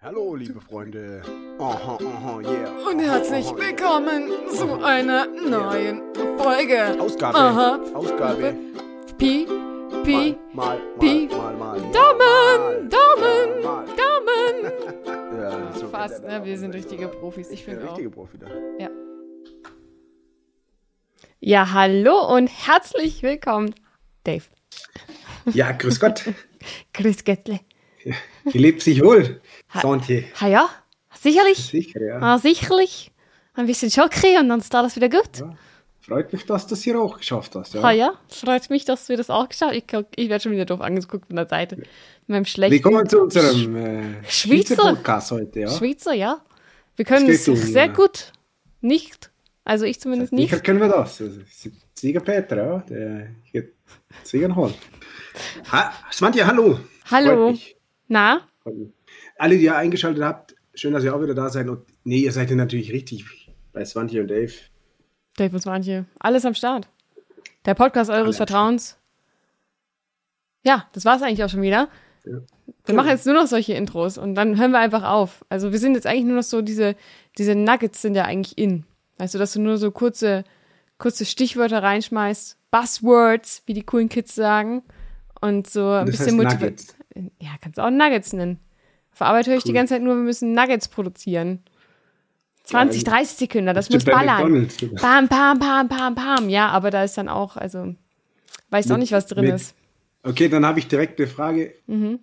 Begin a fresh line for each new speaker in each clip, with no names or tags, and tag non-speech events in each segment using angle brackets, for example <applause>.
Hallo, liebe Freunde. Aha, aha, yeah.
Und herzlich
Aha, aha, yeah.
willkommen zu einer neuen Folge.
Ausgabe.
Aha.
Ausgabe.
Pi, Pi,
Mal, mal,
Pi.
mal, mal, mal.
Daumen,
mal,
Daumen,
mal, mal.
Daumen.
Ja, <laughs> so geht
Fast,
der
ne? Wir sind
Daumen.
richtige Profis. Ich
Der
finde auch.
richtige Profi da.
Ja.
Ja, hallo und herzlich willkommen, Dave.
Ja, grüß Gott.
Grüß Göttle.
Ihr lebt sich wohl,
Ha-
Santi.
Ha ja, sicherlich.
Sicher, ja.
Ah, sicherlich. Ein bisschen Schocke und dann ist alles wieder gut.
Ja. Freut mich, dass du es hier auch geschafft hast.
Ha
Ja.
ja, es freut mich, dass wir das auch geschafft haben. Ich, guck- ich werde schon wieder doof angeguckt von der Seite. Mit meinem schlechten
Willkommen zu unserem äh,
Schweizer.
Schweizer Podcast heute. Ja.
Schweizer, ja. Wir können
Das
es
geht um,
sehr
ja.
gut. Nicht, also ich zumindest
Sicher
nicht.
können wir das. Also, Das ist Siegerpeter, ja. Der hier Ziegenhorn. Ha, Svante, hallo. Freut
Hallo.
mich.
Na,
Freut mich. Alle, die ihr eingeschaltet habt, schön, dass ihr auch wieder da seid. Und nee, ihr seid ja natürlich richtig bei Svante und Dave.
Dave und Swanche, alles am Start. Der Podcast eures
Alles.
Vertrauens. Ja, das war's eigentlich auch schon wieder.
Ja.
Wir machen jetzt nur noch solche Intros und dann hören wir einfach auf. Also wir sind jetzt eigentlich nur noch so diese, diese Nuggets sind ja eigentlich in. Weißt du, dass du nur so kurze, kurze Stichwörter reinschmeißt, Buzzwords, wie die coolen Kids sagen, und so ein
Das
bisschen
heißt
Motiva-
Nuggets.
Ja, kannst auch Nuggets nennen. Auf der Arbeit höre ich die
Cool.
ganze Zeit nur, wir müssen Nuggets produzieren. 20,
Ja, ähm,
30 Sekunden, das muss
Bestimmt bei
ballern.
McDonald's.
Pam, pam, pam, pam, pam. Ja, aber da ist dann auch, also, weiß auch
Mit-
nicht, was drin
mit-
ist.
Okay, dann habe ich direkt eine Frage.
Mhm.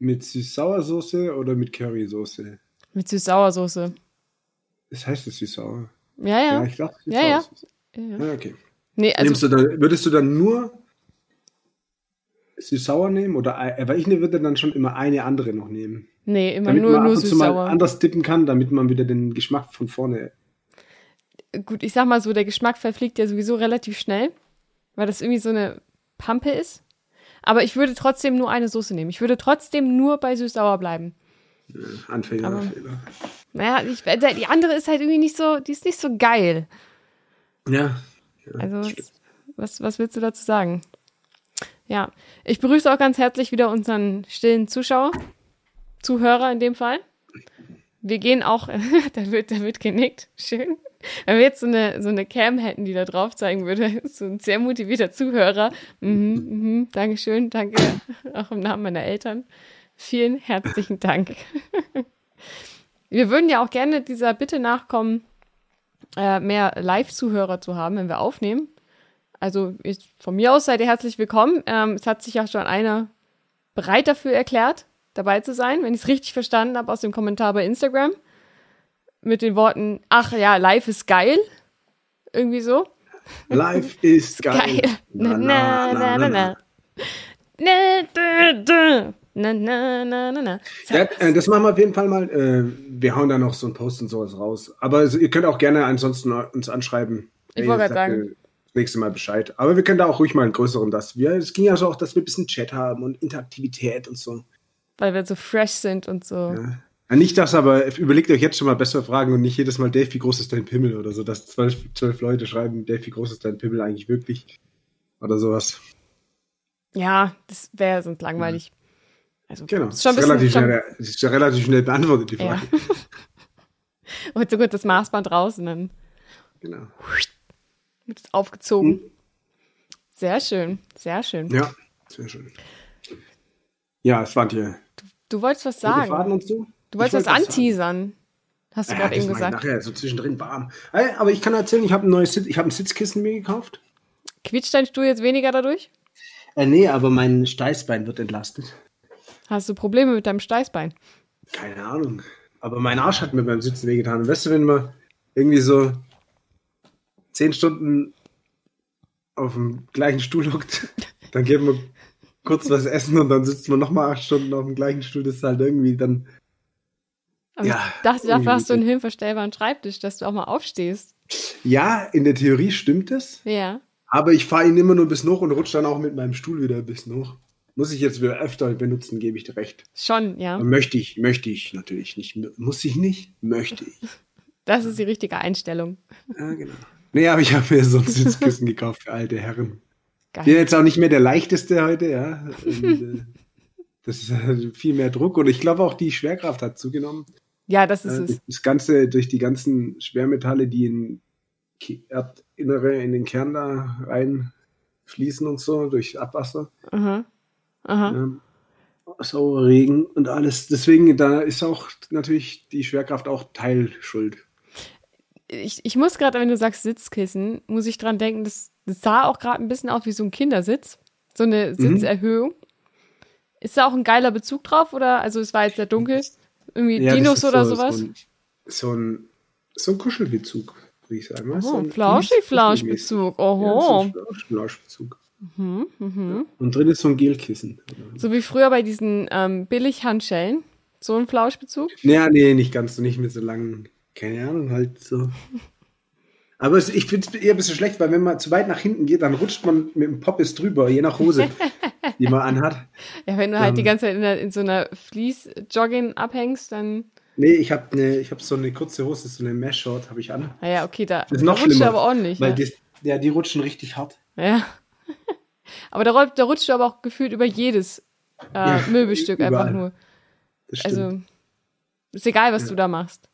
Mit Süß-Sauersoße oder mit Currysoße?
Mit Süß-Sauersoße.
Das heißt es Süß-Sauer.
Ja, ja.
ich dachte,
Ja, ja.
Süß-Sauer.
ja.
Ja, okay.
Nee,
Nimmst
also,
du dann, würdest du dann nur Süß-Sauer nehmen? Oder, ei- weil ich ne- würde dann schon immer eine andere noch nehmen.
nee, immer
Damit
nur,
man ab
nur
und zu mal
Süß-Sauer.
anders tippen kann, damit man wieder den Geschmack von vorne.
Gut, ich sag mal so, der Geschmack verfliegt ja sowieso relativ schnell, weil das irgendwie so eine Pampe ist. Aber ich würde trotzdem nur eine Soße nehmen. Ich würde trotzdem nur bei Süß-Sauer bleiben.
Anfänger.
Aber-
Fehler.
Naja, ich, die andere ist halt irgendwie nicht so, die ist nicht so geil.
Ja. ja
Also,
das
was-
stimmt.
was, was willst du dazu sagen? Ja, ich begrüße auch ganz herzlich wieder unseren stillen Zuschauer, Zuhörer in dem Fall. Wir gehen auch, <laughs> da wird, da wird genickt, schön. Wenn wir jetzt so eine, so eine Cam hätten, die da drauf zeigen würde, <laughs> so ein sehr motivierter Zuhörer. Mhm, mhm, Dankeschön, danke <laughs> auch im Namen meiner Eltern. Vielen herzlichen Dank. <laughs> Wir würden ja auch gerne dieser Bitte nachkommen, äh, mehr Live-Zuhörer zu haben, wenn wir aufnehmen. Also ich, von mir aus seid ihr herzlich willkommen. Ähm, es hat sich ja schon einer bereit dafür erklärt, dabei zu sein, wenn ich es richtig verstanden habe aus dem Kommentar bei Instagram. Mit den Worten, ach ja, live ist geil. Irgendwie so.
Life ist geil.
<laughs> Geil. Na, na, na, na, na. Na, da, da. Na, na, na, na, na.
Ja, äh, das machen wir auf jeden Fall mal. Äh, wir hauen da noch so einen Post und sowas raus. Aber also, ihr könnt auch gerne ansonsten uns anschreiben.
Ich
Hey,
wollte
sagt
gerade
mir
sagen.
das nächste Mal Bescheid. Aber wir können da auch ruhig mal einen größeren, dass wir. Es ging ja so auch, dass wir ein bisschen Chat haben und Interaktivität und so.
Weil wir so fresh sind und so.
Ja, Nicht das, aber überlegt euch jetzt schon mal bessere Fragen und nicht jedes Mal, Dave, wie groß ist dein Pimmel oder so, dass zwölf, zwölf Leute schreiben, Dave, wie groß ist dein Pimmel eigentlich wirklich oder sowas.
Ja, das wäre sonst langweilig. Also,
Genau.
ist schon ein
Ist
bisschen.
relativ,
Schon,
schnell, ist ja relativ schnell beantwortet, die
Ja.
Frage.
Und so gut das Maßband raus und dann
Genau.
wird es aufgezogen. Sehr schön, sehr schön.
Hm. Ja, sehr schön. Ja, Svante,
Du wolltest was
Rote
sagen.
Faden und so.
Du wolltest
Ich
was
wollte
anteasern. Hast du
sagen.
gerade
Ja,
eben
das mach ich
gesagt.
Nachher so zwischendrin warm. Ey, Aber ich kann erzählen, ich habe ein neues Sitz, ich habe ein Sitzkissen mir gekauft.
Quietscht dein Stuhl jetzt weniger dadurch?
Äh, nee, aber mein Steißbein wird entlastet.
Hast du Probleme mit deinem Steißbein?
Keine Ahnung. Aber mein Arsch hat mir beim Sitzen wehgetan. Und weißt du, wenn man irgendwie so zehn Stunden auf dem gleichen Stuhl hockt,
<laughs>
dann geht man kurz was essen und dann sitzt man nochmal acht Stunden auf dem gleichen Stuhl. Das ist halt irgendwie dann.
Aber
Ja,
ich dachte, dafür hast du einen
irgendwie.
höhenverstellbaren Schreibtisch, dass du auch mal aufstehst.
Ja, in der Theorie stimmt es.
Ja.
Aber ich fahre ihn immer nur bis hoch und rutsche dann auch mit meinem Stuhl wieder bis hoch. Muss ich jetzt wieder öfter benutzen, gebe ich dir recht.
Schon, ja.
Möchte ich, möchte ich natürlich nicht. Muss ich nicht? Möchte ich.
Das ist die richtige Einstellung.
Ja, genau. Nee, aber ich habe mir so ein Sitzkissen gekauft für alte Herren.
Geil.
Bin jetzt auch nicht mehr der leichteste heute, ja. Und, äh, Das ist halt viel mehr Druck und ich glaube auch die Schwerkraft hat zugenommen.
Ja, das ist
Äh,
es.
durch das Ganze durch die ganzen Schwermetalle, die in Ke- Erdinnere, in den Kern da reinfließen und so, durch Abwasser.
Aha. Aha.
Ähm, Saure Regen und alles. Deswegen, da ist auch natürlich die Schwerkraft auch Teilschuld.
Ich, ich muss gerade, wenn du sagst Sitzkissen, muss ich dran denken, das, das sah auch gerade ein bisschen aus wie so ein Kindersitz. So eine
Mhm.
Sitzerhöhung. Ist da auch ein geiler Bezug drauf oder? Also es war jetzt sehr dunkel. Irgendwie
Ja, das
Dinos
ist
oder
so-
sowas.
So ein, so ein, so ein Kuschelbezug, würde ich sagen. weißt du? So
oh,
ein
Flauschi-Flausch-Bezug.
Ja, so
Oho.
ein Flausch- Flauschbezug.
mhm, mhm.
Und drin ist so ein Gelkissen.
So wie früher bei diesen ähm, Billig-Handschellen. So ein Flauschbezug.
Naja, nee, nicht ganz so, nicht mit so langen, keine Ahnung, halt so. Aber es, ich finde es eher ein bisschen schlecht, weil wenn man zu weit nach hinten geht, dann rutscht man mit dem Poppes drüber, je nach <laughs> Hose, die man anhat.
Ja, wenn du halt die
Ähm.
ganze Zeit in, der, in so einer Fleece-Jogging abhängst, dann.
Nee, ich habe ne, ich hab so eine kurze Hose, so eine Mesh-Short habe ich an.
Naja, okay, da
Das ist noch
da rutscht du
schlimmer,
aber ordentlich.
Weil
ne?
die, ja, die rutschen richtig hart.
Ja. aber da, roll- da rutscht du aber auch gefühlt über jedes äh,
Ja,
Möbelstück einfach
überall.
nur.
Das stimmt.
Also, ist egal, was du da machst.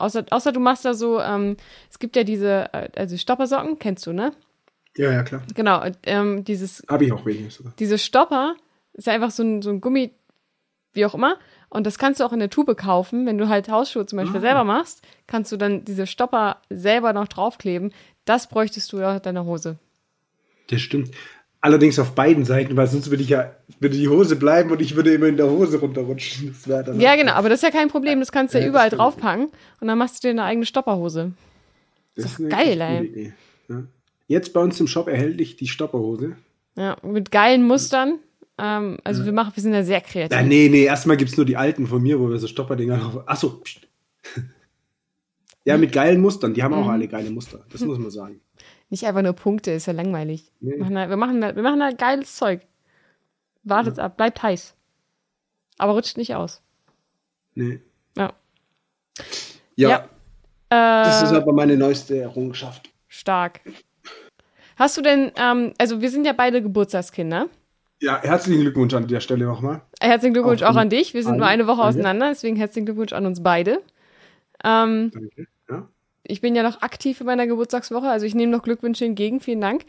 Außer, außer du machst da so, ähm, es gibt ja diese, äh, also Stoppersocken, kennst du, ne?
ja, ja, klar.
Genau, und, ähm, dieses,
Habe ich auch welche sogar.
diese Stopper ist ja einfach so ein, so ein Gummi, wie auch immer. Und das kannst du auch in der Tube kaufen. Wenn du halt Hausschuhe zum
Ah.
Beispiel selber machst, kannst du dann diese Stopper selber noch draufkleben. Das bräuchtest du ja auf deiner Hose.
Das stimmt. Allerdings auf beiden Seiten, weil sonst würde ich ja, würde die Hose bleiben und ich würde immer in der Hose runterrutschen. Das wär dann halt
Ja, genau, aber das ist ja kein Problem. Das kannst du ja,
Ne? Ja, das
überall
stimmt.
draufpacken und dann machst du dir eine eigene Stopperhose.
Das
Ist doch
eine echt
geil, ey.
gute Idee. Ja. Jetzt bei uns im Shop erhältlich die Stopperhose.
Ja, mit geilen Mustern. Ähm, also wir machen, wir sind ja sehr kreativ.
Ja, nee, nee, erstmal gibt es nur die alten von mir, wo wir so Stopperdinger drauf. Achso, pst. <laughs> Ja, mit geilen Mustern. Die haben
Mhm.
auch alle geile Muster. Das muss man sagen.
Nicht einfach nur Punkte, ist ja langweilig.
Nee.
Wir, machen da, wir, machen da, wir machen da geiles Zeug. Wartet ab, bleibt heiß. Aber rutscht nicht aus.
Nee.
Ja.
Ja,
Ja.
das
Äh,
ist aber meine neueste Errungenschaft.
stark. Hast du denn, ähm, also wir sind ja beide Geburtstagskinder.
Ja, herzlichen Glückwunsch an der Stelle nochmal.
Herzlichen Glückwunsch
Auch
auch, an dich. Wir sind nur
an-
eine Woche
danke.
auseinander, deswegen herzlichen Glückwunsch an uns beide. Ähm,
Danke. Ja.
ich bin ja noch aktiv in meiner Geburtstagswoche, also ich nehme noch Glückwünsche entgegen. Vielen Dank.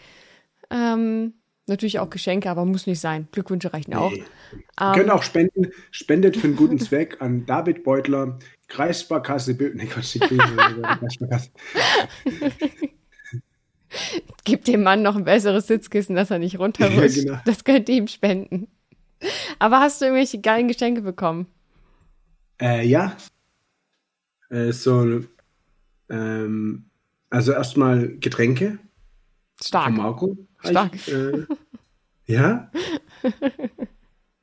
Ähm, natürlich auch Geschenke, aber muss nicht sein. Glückwünsche reichen auch. Ähm,
Nee. genau. Ihr könnt auch spenden. Spendet für einen
<laughs>
guten Zweck an David Beutler, Kreissparkasse Bö. Nee, Quatsch, die Kreissparkasse.
Gib dem Mann noch ein besseres Sitzkissen, dass er nicht runterrutscht.
Ja, genau.
Das könnt ihr ihm spenden. Aber hast du irgendwelche geilen Geschenke bekommen?
Äh, ja. Äh, so, ähm, also erstmal Getränke
Stark.
von Marco.
Stark.
Ich, äh,
<laughs>
ja.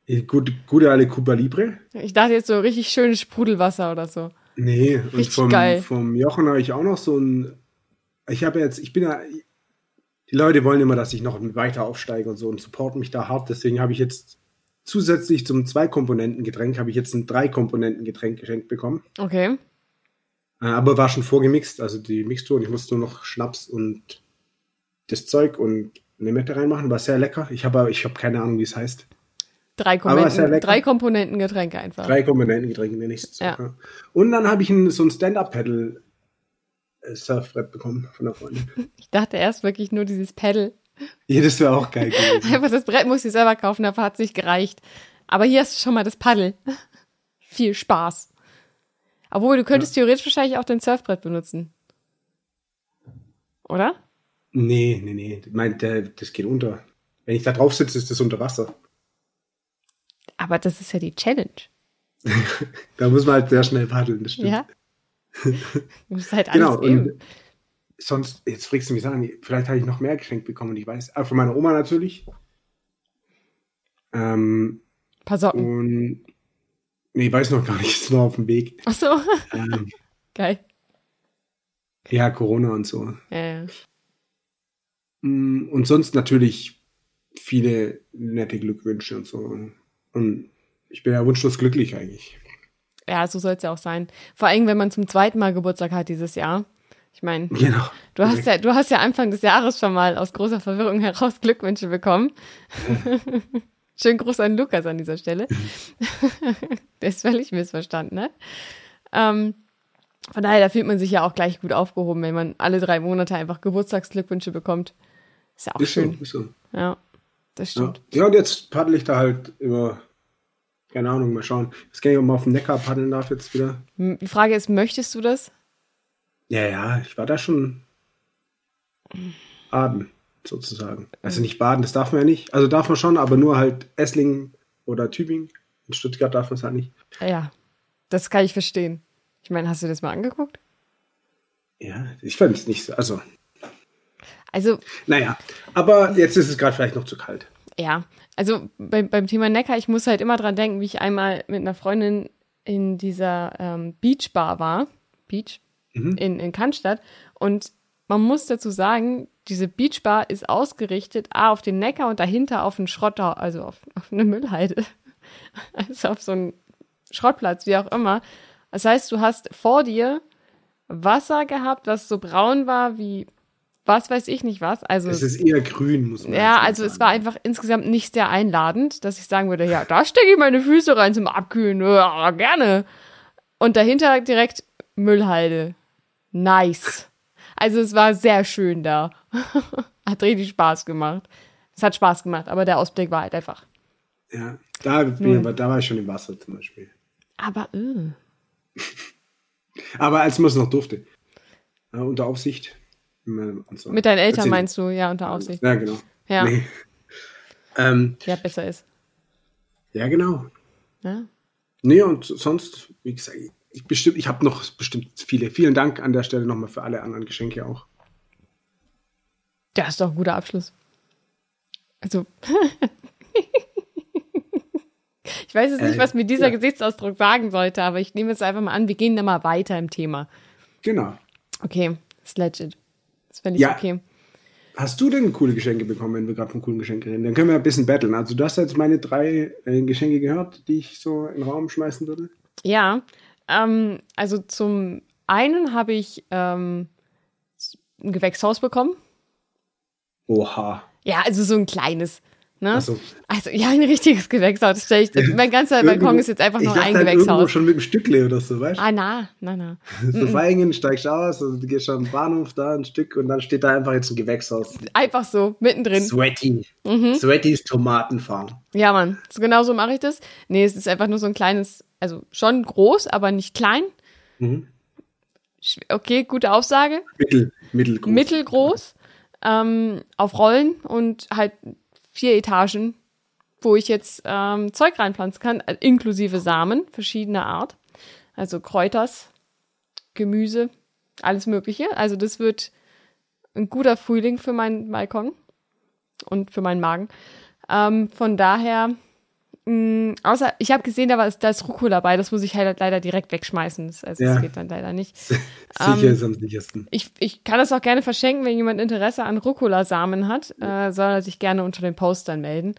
Äh, Gut, gute alte Cuba Libre.
Ich dachte jetzt so richtig schönes Sprudelwasser oder so.
Nee, und
Richtig
vom,
geil.
vom Jochen habe ich auch noch so ein. Ich habe jetzt, ich bin ja. Die Leute wollen immer, dass ich noch weiter aufsteige und so und supporten mich da hart. Deswegen habe ich jetzt zusätzlich zum Zwei-Komponenten-Getränk, habe ich jetzt ein Drei-Komponenten-Getränk geschenkt bekommen.
Okay.
Äh, Aber war schon vorgemixt, also die Mixtur und ich musste nur noch Schnaps und das Zeug und eine Mette reinmachen. War sehr lecker. Ich habe aber- ich habe keine Ahnung, wie es heißt.
Drei
ist ja
Komponenten,
lecker.
drei Komponenten Getränke einfach.
Drei Komponenten Getränke, nenne ich es.
Ja.
Ja. Und dann habe ich ein, so ein Stand-Up-Pedal äh, Surfbrett bekommen von der Freundin. <laughs>
Ich dachte erst wirklich nur dieses Pedal.
Ja, das wäre auch geil gewesen.
<laughs> Einfach das Brett musst du selber kaufen, dafür hat es nicht gereicht. Aber hier hast du schon mal das Paddel. <laughs> Viel Spaß. Obwohl, du könntest theoretisch wahrscheinlich auch dein Surfbrett benutzen. Oder?
Nee, nee, nee. Mein, der, das geht unter. Wenn ich da drauf sitze, ist das unter Wasser.
Aber das ist ja die Challenge.
Da muss man halt sehr schnell paddeln, das stimmt. <laughs>
Ja. Du musst halt alles
Genau.
üben.
Und sonst, jetzt fragst du mich an, vielleicht habe ich noch mehr geschenkt bekommen und ich weiß. Ah, von meiner Oma natürlich. Ähm,
Ein paar Socken.
und nee, weiß noch gar nicht, <laughs> ist noch auf dem Weg.
Ach so. <laughs>
Ähm,
Geil.
ja, Corona und so.
Ja, ja.
Mm, Und sonst natürlich viele nette Glückwünsche und so. Und ich bin ja wunschlos glücklich eigentlich.
ja so soll es ja auch sein. Vor allem, wenn man zum zweiten Mal Geburtstag hat dieses Jahr. Ich meine,
Genau.
du hast ja,
<laughs>
du hast ja Anfang des Jahres schon mal aus großer Verwirrung heraus Glückwünsche bekommen. Schönen Gruß an Lukas an dieser
<laughs>
Stelle. Der ist völlig missverstanden, ne? Ähm, von daher, da fühlt man sich ja auch gleich gut aufgehoben, wenn man alle drei Monate einfach Geburtstagsglückwünsche bekommt. Ist ja auch
Ist so,
schön.
ist so.
Ja, das
Ja.
stimmt.
ja, und jetzt paddel ich da halt über, keine Ahnung, mal schauen. Das kann ich auch mal auf dem Neckar paddeln darf jetzt wieder.
M- Die Frage ist, möchtest du das?
Ja, ja, ich war da schon baden, sozusagen. Also nicht baden, das darf man ja nicht. Also darf man schon, aber nur halt Esslingen oder Tübingen. In Stuttgart darf man es halt nicht.
Ja, das kann ich verstehen. Ich meine, hast du das mal angeguckt?
Ja, ich fand es nicht so. Also,
Also,
naja. Aber jetzt ist es gerade vielleicht noch zu kalt.
Ja, also bei, beim Thema Neckar, ich muss halt immer dran denken, wie ich einmal mit einer Freundin in dieser ähm, Beachbar war, Beach,
Mhm.
in, in Cannstatt. Und man muss dazu sagen, diese Beachbar ist ausgerichtet A auf den Neckar und dahinter auf einen Schrotter, also auf, <laughs> auf eine Müllhalde. <laughs> Also auf so einen Schrottplatz, wie auch immer. Das heißt, du hast vor dir Wasser gehabt, was so braun war wie was weiß ich nicht was. Also
Es ist eher grün, muss man
ja,
jetzt mal
also es
sagen.
war einfach insgesamt nicht sehr einladend, dass ich sagen würde, ja, da stecke ich meine Füße rein zum Abkühlen. Ja, gerne. Und dahinter direkt Müllhalde. Nice. Also es war sehr schön da. <laughs> hat richtig Spaß gemacht. Es hat Spaß gemacht, aber der Ausblick war halt einfach.
Ja, da, bin
Hm.
ich, aber da war ich schon im Wasser zum Beispiel.
Aber äh.
Aber als man es noch durfte. Ja, unter Aufsicht. Mit
mit deinen Eltern meinst du, ja, unter Aufsicht.
Ja, genau.
Ja.
Nee. Ähm,
Ja, besser ist.
ja, genau.
Ja.
Nee, und sonst, wie gesagt, ich, bestimmt, ich habe noch bestimmt viele. Vielen Dank an der Stelle nochmal für alle anderen Geschenke auch.
Das ist doch ein guter Abschluss. Also. <laughs> ich weiß jetzt nicht,
Äh,
was mir dieser
ja.
Gesichtsausdruck sagen sollte, aber ich nehme jetzt einfach mal an, wir gehen da mal weiter im Thema.
Genau.
Okay, ist legit. Das finde ich
Ja.
okay.
Hast du denn coole Geschenke bekommen, wenn wir gerade von coolen Geschenken reden? Dann können wir ein bisschen battlen. Also du hast jetzt meine drei äh, Geschenke gehört, die ich so in den Raum schmeißen würde.
Ja, ähm, also zum einen habe ich ähm, ein Gewächshaus bekommen.
Oha.
Ja, also so ein kleines. Ne?
Ach so.
Also, ja, ein richtiges Gewächshaus. Das stell ich, mein ganzer Balkon
Irgendwo-
ist jetzt einfach
ich
nur
dachte
ein
halt irgendwo
Gewächshaus.
schon mit dem Stückle oder so, weißt
Ah, mm, na, na, na.
du? So Feingen, steigst aus, also du gehst am Bahnhof da ein Stück und dann steht da einfach jetzt ein Gewächshaus.
Einfach so, mittendrin.
Sweaty.
Mhm.
Sweaty's Tomatenfarm.
Ja, Mann, so, genau so mache ich das. Nee, es ist einfach nur so ein kleines, also schon groß, aber nicht klein.
Mhm.
Sch- Okay, gute Aussage.
Mittel, mittelgroß.
Mittelgroß, ähm, auf Rollen und halt vier Etagen, wo ich jetzt ähm, Zeug reinpflanzen kann, äh, inklusive Samen verschiedener Art. Also Kräuters, Gemüse, alles Mögliche. Also das wird ein guter Frühling für meinen Balkon und für meinen Magen. Ähm, von daher, mh, außer ich habe gesehen, da, war, da ist Rucola bei, das muss ich halt leider direkt wegschmeißen. Das, also
Ja.
das geht dann leider nicht.
Sicher
Ähm,
ist am sichersten.
Ich, ich kann das auch gerne verschenken, wenn jemand Interesse an Rucola-Samen hat, äh, soll er sich gerne unter den Postern melden.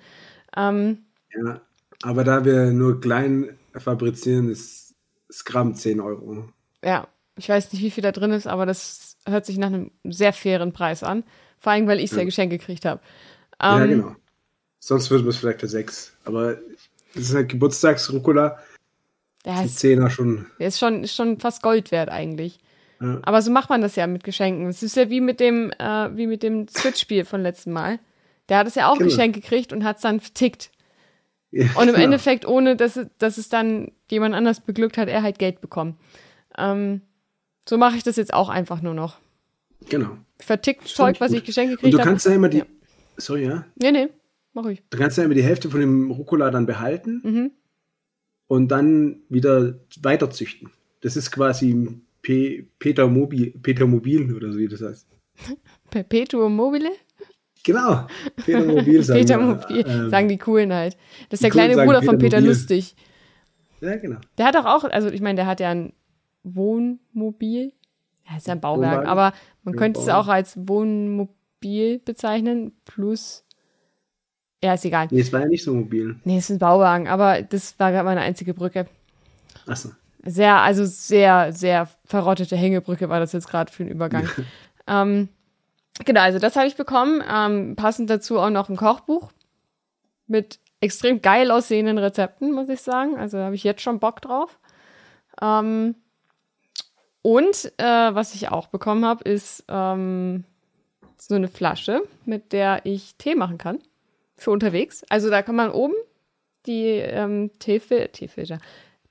Ähm,
Ja. Aber da wir nur klein fabrizieren, ist das Gramm 10 Euro.
ja, ich weiß nicht, wie viel da drin ist, aber das hört sich nach einem sehr fairen Preis an. Vor allem, weil ich ja Geschenk gekriegt habe.
ja,
Ähm,
genau. Sonst würde man es vielleicht für 6. Aber es ist halt Geburtstagsrucola.
Ja,
Ja,
ist,
10er schon.
ist, schon, ist schon fast Gold wert eigentlich.
Ja.
Aber so macht man das ja mit Geschenken. Es ist ja wie mit dem, äh, wie mit dem Switch-Spiel von letzten Mal. Der hat es ja auch
Genau.
Geschenk gekriegt und hat es dann vertickt.
Ja,
Und im
genau.
Endeffekt, ohne dass es, dass es dann jemand anders beglückt hat, er halt Geld bekommen. Ähm, so mache ich das jetzt auch einfach nur noch.
Genau.
Ich vertick
Finde
Zeug, was
gut.
ich geschenkt
Und
gekriegt
du
habe.
kannst ja immer die.
Ja.
Sorry, ja.
Nee, nee, mach ruhig.
Du kannst ja immer die Hälfte von dem Rucola dann behalten
Mhm.
und dann wieder weiter züchten. Das ist quasi P Peter, Mobi Peter Mobil oder so, wie das heißt.
Perpetuum mobile?
Genau. Peter Mobil sagen
<laughs> Peter
wir.
Mobil,
Ähm,
sagen die Coolen halt. Das ist der
die Coolen
kleine
sagen
Bruder
Peter
von Peter
Mobil.
Lustig.
Ja, genau.
Der hat doch auch, also ich meine, der hat ja ein Wohnmobil. Ja, ist ja ein Bauwagen,
Wohnwagen.
aber man könnte es
Wohnwagen.
auch als Wohnmobil bezeichnen, plus. Ja, ist egal.
Nee, es war ja nicht so mobil.
Nee, es ist ein Bauwagen, aber das war gerade meine einzige Brücke.
Achso.
Sehr, also sehr, sehr verrottete Hängebrücke war das jetzt gerade für den Übergang. ähm, genau, also das habe ich bekommen. Ähm, passend dazu auch noch ein Kochbuch mit extrem geil aussehenden Rezepten, muss ich sagen. Also da habe ich jetzt schon Bock drauf. Ähm, und äh, was ich auch bekommen habe, ist ähm, so eine Flasche, mit der ich Tee machen kann. Für unterwegs. Also da kann man oben die ähm, Teefil Teefilter,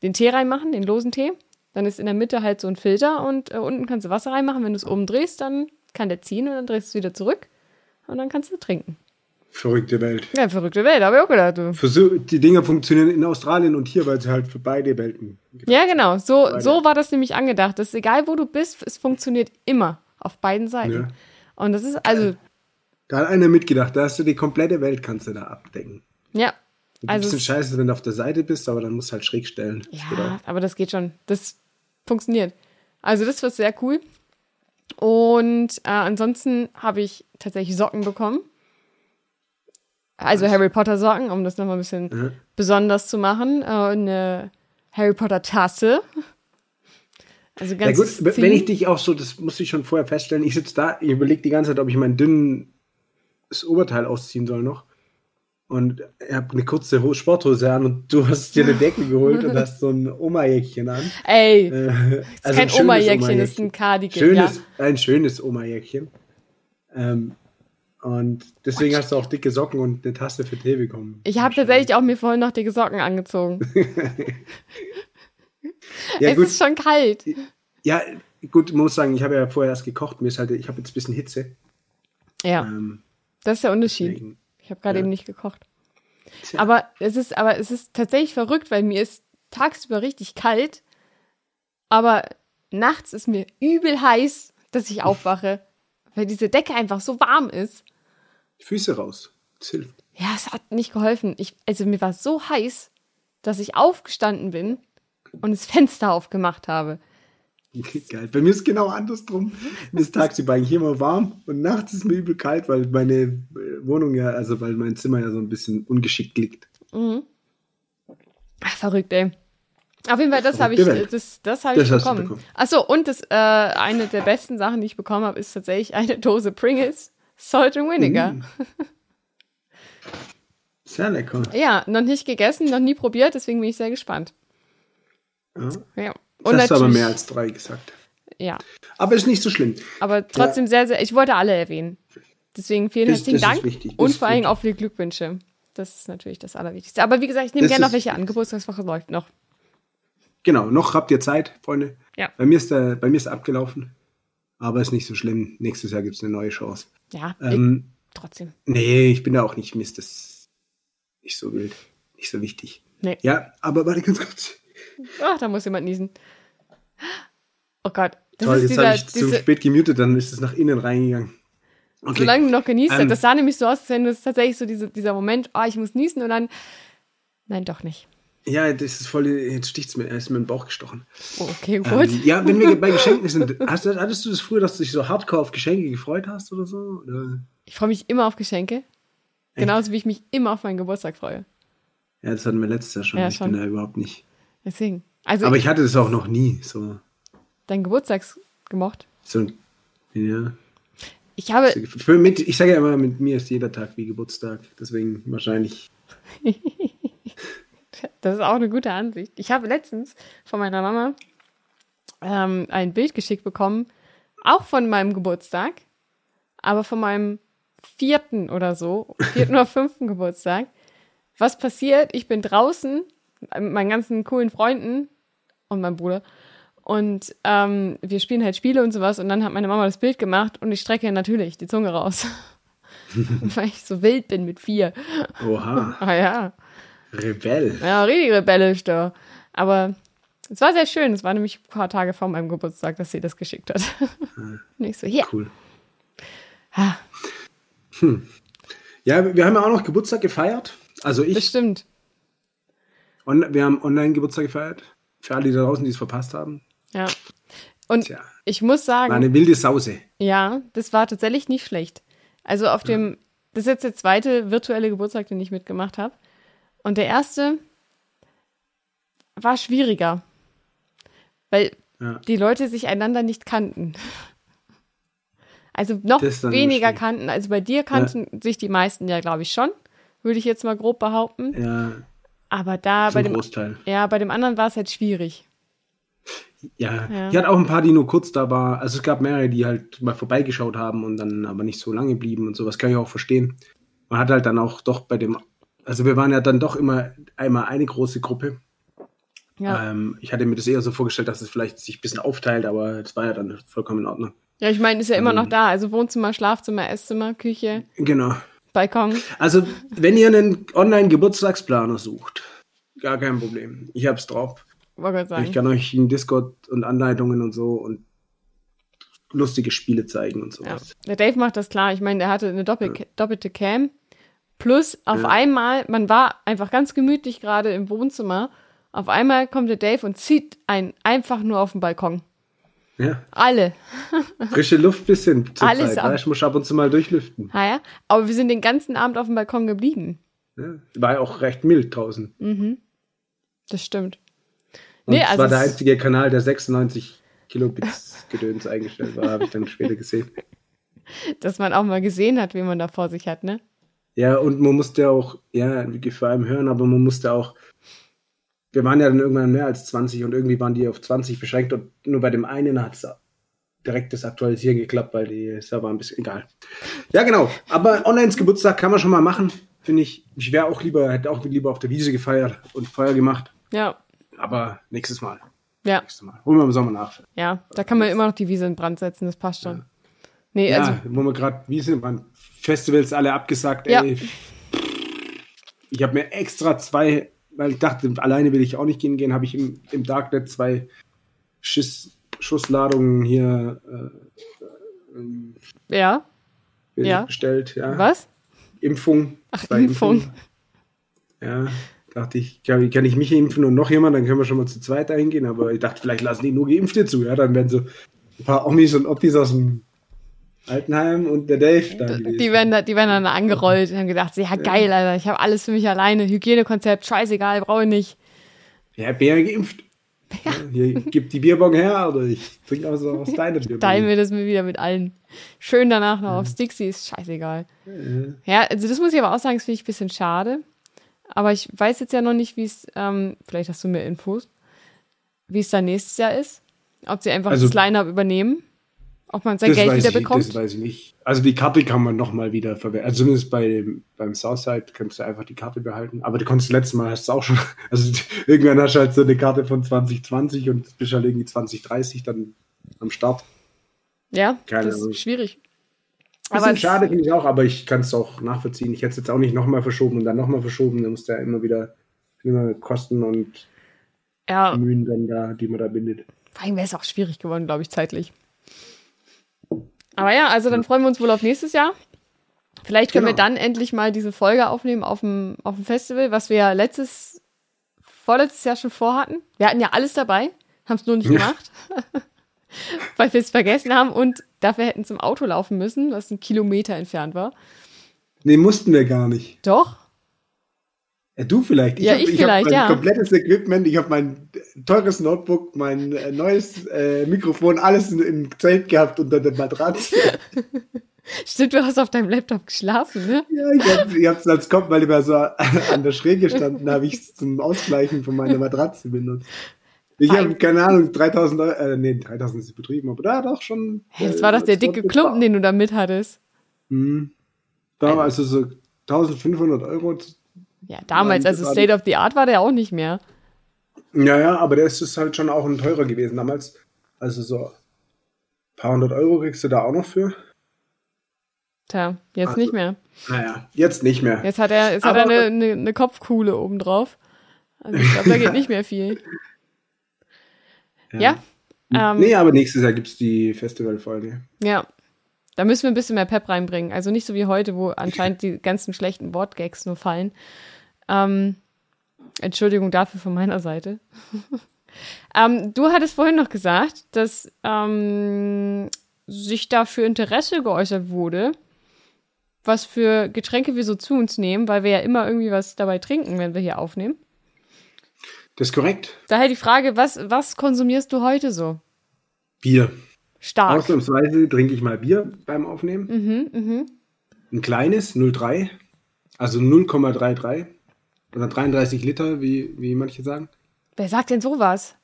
den Tee reinmachen, den losen Tee. Dann ist in der Mitte halt so ein Filter und äh, unten kannst du Wasser reinmachen. Wenn du es oben drehst, dann kann der ziehen und dann drehst du es wieder zurück und dann kannst du trinken.
Verrückte Welt.
Ja, verrückte Welt, habe ich auch gedacht. Du.
Versuch, die Dinger funktionieren in Australien und hier, weil sie halt für beide Welten.
Ja, genau. So,
Beide.
so war das nämlich angedacht. Das ist egal, wo du bist, es funktioniert immer auf beiden Seiten.
Ja.
Und das ist also,
Da hat einer mitgedacht, da hast du die komplette Welt, kannst du da abdecken.
ja.
Also ein
Also,
bisschen
es-
scheiße, wenn du auf der Seite bist, aber dann musst du halt schräg stellen. Genau. Das geht
ja,
auch.
aber das geht schon. Das funktioniert. Also, das war sehr cool. Und äh, ansonsten habe ich tatsächlich Socken bekommen. Also Harry Potter Socken, um das nochmal ein bisschen
Mhm.
besonders zu machen. Äh, eine Harry Potter Tasse. Also
Ja
ganz
gut, w- wenn ich dich auch so, das musste ich schon vorher feststellen, ich sitze da, ich überlege die ganze Zeit, ob ich mein dünnes Oberteil ausziehen soll noch. Und ich habe eine kurze Ho- Sporthose an und du hast dir eine Decke geholt
<laughs>
und hast so ein Oma-Jäckchen an.
Ey,
Äh,
Das
also
ist kein Oma-Jäckchen, das ist ein Cardigan.
schönes,
ja.
ein schönes Oma-Jäckchen. Ähm, und deswegen hast du auch dicke Socken und eine Tasse für Tee bekommen.
Ich habe tatsächlich auch mir vorhin noch dicke Socken angezogen.
ja,
es
gut,
ist schon kalt.
ja, gut, muss sagen, ich habe ja vorher erst gekocht, mir ist halt, ich habe jetzt ein bisschen Hitze.
Ja,
Ähm,
das ist der Unterschied.
deswegen,
Ich habe gerade
ja.
eben nicht gekocht.
Tja.
Aber es ist, aber es ist tatsächlich verrückt, weil mir ist tagsüber richtig kalt, aber nachts ist mir übel heiß, dass ich aufwache, weil diese Decke einfach so warm ist.
Füße raus. Das hilft.
Ja, es hat nicht geholfen. Ich, also mir war so heiß, dass ich aufgestanden bin und das Fenster aufgemacht habe.
<laughs> Geil. Bei mir ist genau andersrum. Mir ist tagsüber eigentlich immer warm und nachts ist mir übel kalt, weil meine äh, Wohnung ja, also weil mein Zimmer ja so ein bisschen ungeschickt liegt.
Ach, verrückt, ey. Auf jeden Fall, das habe ich,
Verrückte Welt.
das, das habe ich
Das hast du
bekommen.
bekommen.
Ach so, und das, äh, eine der besten Sachen, die ich bekommen habe, ist tatsächlich eine Dose Pringles Salt and Vinegar.
Mm. Sehr lecker.
Ja, noch nicht gegessen, noch nie probiert, deswegen bin ich sehr gespannt.
Ja.
Ja.
Das hast du aber
natürlich-
mehr als drei gesagt.
Ja,
Aber ist nicht so schlimm.
aber trotzdem sehr, sehr, ich wollte alle erwähnen. Deswegen vielen
Das-
herzlichen
das ist
Dank
wichtig, das
und
ist
vor allem
wichtig.
auch viele Glückwünsche. Das ist natürlich das Allerwichtigste. Aber wie gesagt, ich nehme
Das
gerne noch
ist
welche an. Geburtstagswoche läuft noch.
Genau, noch habt ihr Zeit, Freunde.
Ja.
Bei mir ist der, bei mir ist abgelaufen. Aber ist nicht so schlimm. Nächstes Jahr gibt es eine neue Chance.
Ja,
Ähm,
ich, trotzdem.
nee, ich bin da auch nicht Mist. Das ist nicht so wild. Nicht so wichtig.
Nee.
Ja, aber warte ganz kurz.
Ach, da muss jemand niesen. Oh Gott. Das
Toll,
ist
jetzt habe
dieser,
ich zu
diese,
spät gemutet, dann ist es nach innen reingegangen. Okay.
solange du noch genießt hast.
Ähm.
Das sah nämlich so aus, als wenn du es tatsächlich so diese, dieser Moment, ah, ich muss niesen und dann, nein, doch nicht.
ja, das ist voll, jetzt sticht's mir, er ist mir im Bauch gestochen.
Oh, okay, gut.
Ähm, ja, wenn wir bei Geschenken sind, hast, du- hattest du das früher, dass du dich so hardcore auf Geschenke gefreut hast oder so? Oder?
Ich freue mich immer auf Geschenke. Genauso wie ich mich immer auf meinen Geburtstag freue.
Ja, das hatten wir letztes Jahr schon.
Ja,
ich
schon.
bin da überhaupt nicht.
Deswegen. Also,
Aber ich hatte das auch noch nie. So,
deinen Geburtstags gemocht.
so ein- ja.
Ich habe,
Für mit, ich sage ja immer, mit mir ist jeder Tag wie Geburtstag. Deswegen wahrscheinlich.
das ist auch eine gute Ansicht. Ich habe letztens von meiner Mama ähm, ein Bild geschickt bekommen, auch von meinem Geburtstag, aber von meinem vierten oder so, vierten oder <laughs> fünften Geburtstag. Was passiert? Ich bin draußen mit meinen ganzen coolen Freunden und meinem Bruder und ähm, wir spielen halt Spiele und sowas und dann hat meine Mama das Bild gemacht und ich strecke natürlich die Zunge raus, <laughs> weil ich so wild bin mit vier.
Oha,
Ah ja.
Rebell.
Ja, richtig rebellisch da. Aber es war sehr schön. Es war nämlich ein paar Tage vor meinem Geburtstag, dass sie das geschickt hat. <laughs> Nicht so, hier.
Hm. Cool.
Ah,
Ja, wir haben ja auch noch Geburtstag gefeiert. Also ich.
bestimmt.
On wir haben Online-Geburtstag gefeiert. Für alle da draußen, die es verpasst haben.
Ja. Und
Tja.
ich muss sagen,
War eine wilde Sause.
ja, das war tatsächlich nicht schlecht. Also auf dem, das ist jetzt der zweite virtuelle Geburtstag, den ich mitgemacht habe. Und der erste war schwieriger, weil
Ja.
die Leute sich einander nicht kannten. Also noch
Das ist dann schwierig.
weniger also kannten. Also bei dir kannten sich die meisten ja, glaube ich, schon. würde ich jetzt mal grob behaupten.
Ja,
Aber da bei
zum
dem,
Großteil.
ja, bei dem anderen war es halt schwierig.
Ja.
Ja.
die hat auch ein paar, die nur kurz da war. Also es gab mehrere, die halt mal vorbeigeschaut haben und dann aber nicht so lange blieben und sowas. Kann ich auch verstehen. Man hat halt dann auch doch bei dem, also wir waren ja dann doch immer einmal eine große Gruppe.
Ja,
Ähm, ich hatte mir das eher so vorgestellt, dass es vielleicht sich ein bisschen aufteilt, aber das war ja dann vollkommen in Ordnung.
ja ich meine, ist ja immer noch
ähm,
da. Also Wohnzimmer, Schlafzimmer, Esszimmer, Küche,
Genau.
Balkon.
Also, wenn ihr einen Online-Geburtstagsplaner sucht, gar kein Problem. Ich hab's drauf.
Wollte Gott
Ich
sagen.
kann euch in Discord und Anleitungen und so und lustige Spiele zeigen und
Ja.
sowas.
Der Dave macht das klar. Ich meine, der hatte eine Doppel doppelte Cam. Plus auf
Ja.
einmal, man war einfach ganz gemütlich gerade im Wohnzimmer. Auf einmal kommt der Dave und zieht einen einfach nur auf den Balkon.
Ja.
Alle.
Frische Luft bisschen zur
Alles
Zeit.
ab.
Weißt, du, muss ab und zu mal durchlüften.
Ah ja. Aber wir sind den ganzen Abend auf dem Balkon geblieben. Mhm.
Ja. ne? War ja auch recht mild draußen.
Das stimmt.
Und
Nee,
es
also
war der
es-
einzige Kanal, der 96 Kilobits Gedöns eingestellt war, habe ich dann später gesehen.
Dass man auch mal gesehen hat, wen man da vor sich hat, ne?
Ja, und man musste auch, ja, vor allem hören, aber man musste auch, wir waren ja dann irgendwann mehr als 20 und irgendwie waren die auf 20 beschränkt und nur bei dem einen hat es direkt das Aktualisieren geklappt, weil die Server ein bisschen egal. Ja, genau. Aber online Geburtstag kann man schon mal machen, finde ich. Ich wäre auch lieber, hätte auch lieber auf der Wiese gefeiert und Feuer gemacht.
Ja.
Aber nächstes Mal.
Ja.
Nächstes Mal. Holen wir im Sommer nach.
Ja. Da kann man immer noch die Wiese in Brand setzen. Das passt schon. Nee,
Ja,
also
wo wir gerade Wiese waren, Festivals alle abgesagt,
Ja.
ey. Ich habe mir extra zwei, weil ich dachte, alleine will ich auch nicht hingehen, habe ich im, im Darknet zwei Schiss, Schussladungen hier
ja.
äh,
Ja.
bestellt. Ja.
Was?
Impfung.
Ach,
Zwei
Impfung.
Ja, dachte ich, kann, kann ich mich impfen und noch jemand, dann können wir schon mal zu zweit eingehen. Aber ich dachte, vielleicht lassen die nur Geimpfte zu. Ja, dann werden so ein paar Omis und Optis aus dem Altenheim und der Dave da gewesen.
Die werden, da, die werden dann angerollt und haben gedacht, ja geil, Alter, ich habe alles für mich alleine. Hygienekonzept, scheißegal, brauche ich nicht.
Mhm. Ja, ich bin ja geimpft. Ja. Hier, gib die Bierbong her oder ich trinke auch so aus deiner Bierbong.
Teilen wir das mir wieder mit allen. Schön danach noch aufs Dixie, ist scheißegal. Ja, also das muss ich aber auch sagen, das finde ich ein bisschen schade. Aber ich weiß jetzt ja noch nicht, wie es, ähm, vielleicht hast du mehr Infos, wie es dann nächstes Jahr ist. Ob sie einfach
Also-
das Line-Up übernehmen. Ob man sein
das
Geld
weiß
wieder
ich,
bekommt.
Das weiß ich nicht. Also die Karte kann man nochmal wieder verwenden. Also zumindest bei dem, beim Southside kannst du einfach die Karte behalten. Aber du konntest letztes Mal hast du auch schon. <laughs> Also irgendwann hast du halt so eine Karte von 2020 und bist halt irgendwie 2030 dann am Start.
ja,
Keine
das
Ahnung.
ist schwierig.
Bisschen
es-
schade finde ich auch, aber ich kann es auch nachvollziehen. Ich hätte es jetzt auch nicht nochmal verschoben und dann nochmal verschoben. Da musst du ja immer wieder immer Kosten und
Ja,
Mühen dann da, die man da bindet.
Vor allem wäre es auch schwierig geworden, glaube ich, zeitlich. Aber ja, also dann freuen wir uns wohl auf nächstes Jahr. Vielleicht können wir
Genau.
dann endlich mal diese Folge aufnehmen auf dem, auf dem Festival, was wir ja letztes, vorletztes Jahr schon vorhatten. Wir hatten ja alles dabei, haben es nur nicht
Ja.
gemacht, <laughs> weil wir es vergessen haben und dafür hätten zum Auto laufen müssen, was ein Kilometer entfernt war.
Nee, mussten wir gar nicht.
Doch,
Ja, Äh, du vielleicht.
Ja,
hab-
ich
hab
vielleicht,
mein
ja.
komplettes Equipment, ich habe mein teures Notebook, mein äh, neues äh, Mikrofon, alles in- im Zelt gehabt unter der Matratze.
<laughs> stimmt, du hast auf deinem Laptop geschlafen, ne?
ja, ich habe ich hab's als Kopf, weil ich mal so <laughs> an der Schräge standen, habe ich zum Ausgleichen von meiner Matratze benutzt. Ich habe, keine Ahnung, 3000 Euro, äh, nee, 3000 ist betrieben, aber da doch schon. äh,
Hey, das war doch der dicke Klumpen, den du da mit hattest.
Hm. Da war also so 1500 Euro.
Ja, damals,
Mann,
also
das war-
State of the Art war der auch nicht mehr.
Ja, ja, aber der ist es halt schon auch ein teurer gewesen damals. Also so ein paar hundert Euro kriegst du da auch noch für.
Tja, jetzt
Also-
nicht mehr.
Naja, jetzt nicht mehr.
Jetzt hat er, jetzt hat er
Aber-
eine, eine, eine Kopfkuhle obendrauf. Also ich glaube, da geht nicht mehr viel. Ja. Ähm,
nee, aber nächstes Jahr gibt's die Festivalfolge.
Ja. Da müssen wir ein bisschen mehr Pep reinbringen. Also nicht so wie heute, wo anscheinend die ganzen schlechten Wortgags nur fallen. Ähm, Entschuldigung dafür von meiner Seite. <laughs> ähm, du hattest vorhin noch gesagt, dass ähm, sich dafür Interesse geäußert wurde, was für Getränke wir so zu uns nehmen, weil wir ja immer irgendwie was dabei trinken, wenn wir hier aufnehmen.
Das ist korrekt.
Daher die Frage, was, was konsumierst du heute so?
Bier.
Stark.
Ausnahmsweise trinke ich mal Bier beim Aufnehmen.
Mhm, mhm.
Ein kleines, 03. Also 0,33 oder 33 Liter, wie, wie manche sagen.
Wer sagt denn sowas?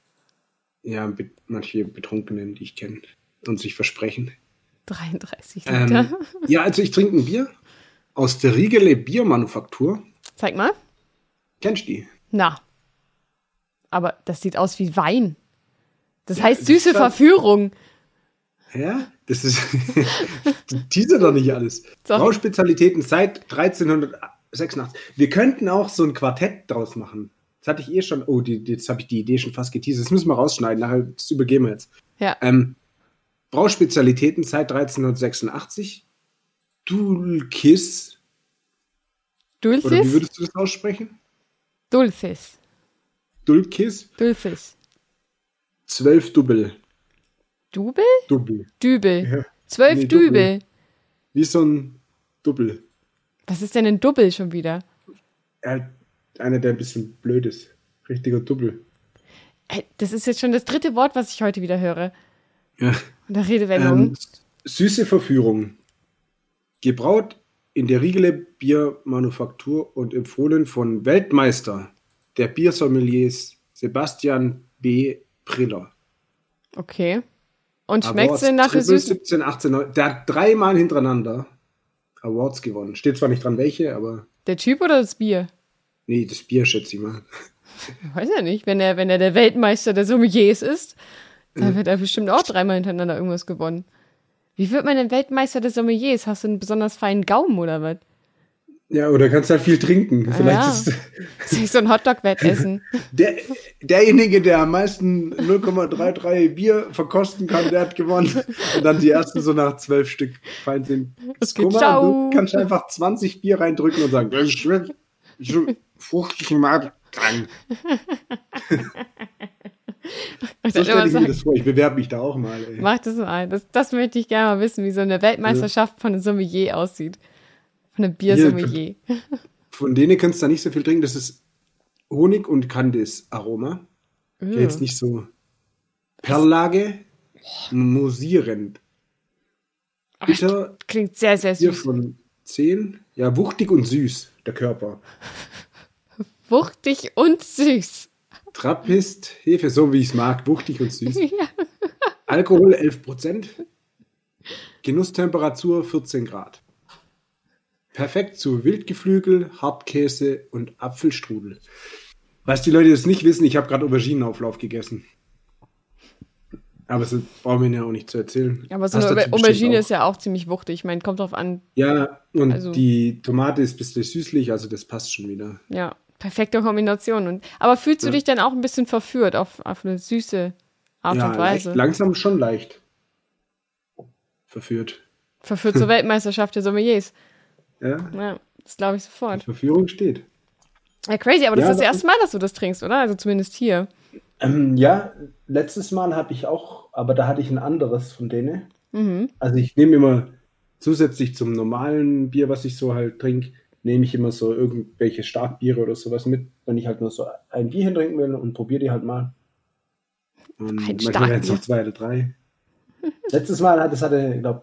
Ja, be manche Betrunkenen, die ich kenne und sich versprechen.
33 Liter.
Ähm, <laughs> ja, also ich trinke ein Bier aus der Riegele Biermanufaktur.
Zeig mal.
Kennst du die?
Na. Aber das sieht aus wie Wein. Das heißt
das
süße
ist das-
Verführung.
Ja, das ist. <laughs> Teaser doch nicht alles.
So.
Brauspezialitäten seit 1386. Wir könnten auch so ein Quartett draus machen. Das hatte ich eh schon. Oh, die, jetzt habe ich die Idee schon fast geteasert. Das müssen wir rausschneiden. Nachher das übergeben wir jetzt.
Ja.
Ähm, Brauspezialitäten seit 1386. Dulkis. Oder wie
Dulcis?
würdest du das aussprechen?
Dulcis.
Dulkis.
Dulcis.
12 Double.
Dubel?
Double. Ja.
Dübel. Zwölf
Nee, Dubel.
Dübel.
Wie so ein Double.
Was ist denn ein Dubel schon wieder?
Halt einer, der ein bisschen blöd ist. Richtiger Double.
Ey, Äh, Das ist jetzt schon das dritte Wort, was ich heute wieder höre.
Ja.
Und der Redewendung.
Ähm, süße Verführung. Gebraut in der Riegele Biermanufaktur und empfohlen von Weltmeister der Biersommeliers Sebastian B. Priller.
Okay. Und schmeckt es denn nach der
Triple
süßen?
17, 18, 19, der hat dreimal hintereinander Awards gewonnen. Steht zwar nicht dran welche, aber
Der Typ oder das Bier?
nee, das Bier schätze ich mal.
Ich weiß ja nicht. Wenn er, wenn er der Weltmeister der Sommeliers ist,
Mhm.
dann wird er bestimmt auch dreimal hintereinander irgendwas gewonnen. Wie wird man denn Weltmeister des Sommeliers? Hast du einen besonders feinen Gaumen oder was?
Ja, oder kannst halt viel trinken. Vielleicht
Ah ja.
ist
Ist nicht so
<laughs>
ein Hotdog-Wettessen.
der, derjenige, der am meisten 0,33 Bier verkosten kann, der hat gewonnen. Und dann die ersten so nach zwölf Stück fallen sind. Das
Okay,
Kummer,
ciao.
Du kannst einfach 20 Bier reindrücken und sagen, das schmeckt so fruchtig im Magen.
Und
So
dann immer
stelle ich mir
sagen,
das vor. Ich bewerbe mich da auch mal. Ey.
mach das mal. Das, das möchte ich gerne mal wissen, wie so eine Weltmeisterschaft von einem Sommelier aussieht. Von einem Biersommelier.
Von denen kannst du da nicht so viel trinken. Das ist Honig- und Kandis-Aroma.
Uh,
Jetzt nicht so Perlage, musierend. Bitter,
Klingt sehr, sehr
Vier
süß.
von zehn. Ja, wuchtig und süß, der Körper.
Wuchtig und süß. <laughs>
Trappist, Hefe, so wie ich es mag, wuchtig und
<laughs>
süß.
Ja.
Alkohol 11%. Genusstemperatur 14 Grad. Perfekt zu Wildgeflügel, Hartkäse und Apfelstrudel. Was die Leute jetzt nicht wissen, ich habe gerade Auberginenauflauf gegessen. Aber das brauchen wir ihnen ja auch nicht zu erzählen.
Aber so
Hast
eine
dazu
Auber-
bestimmt
Aubergine
auch.
ist ja auch ziemlich wuchtig. Ich meine, kommt drauf an.
Ja, und
Also-
die Tomate ist ein bisschen süßlich, also das passt schon wieder.
Ja, perfekte Kombination. Und, aber fühlst du
Ja.
dich dann auch ein bisschen verführt auf, auf eine süße Art
ja,
und
leicht,
Weise?
langsam schon leicht. Verführt.
Verführt zur Weltmeisterschaft der Sommeliers.
Ja,
Ja, das glaube ich sofort.
Verführung steht.
Ja, crazy, aber das
Ja,
ist das
das
erste Mal, dass du das trinkst, oder? Also zumindest hier.
Ähm, ja, letztes Mal hatte ich auch, aber da hatte ich ein anderes von denen.
Mhm.
Also ich nehme immer zusätzlich zum normalen Bier, was ich so halt trinke, nehme ich immer so irgendwelche Starkbiere oder sowas mit, wenn ich halt nur so ein Bier hintrinken will und probiere die halt mal. Und
Ein
manchmal werden es auch
Starkbier.
zwei oder
<laughs>
drei. letztes Mal hat es hatte, ich glaube,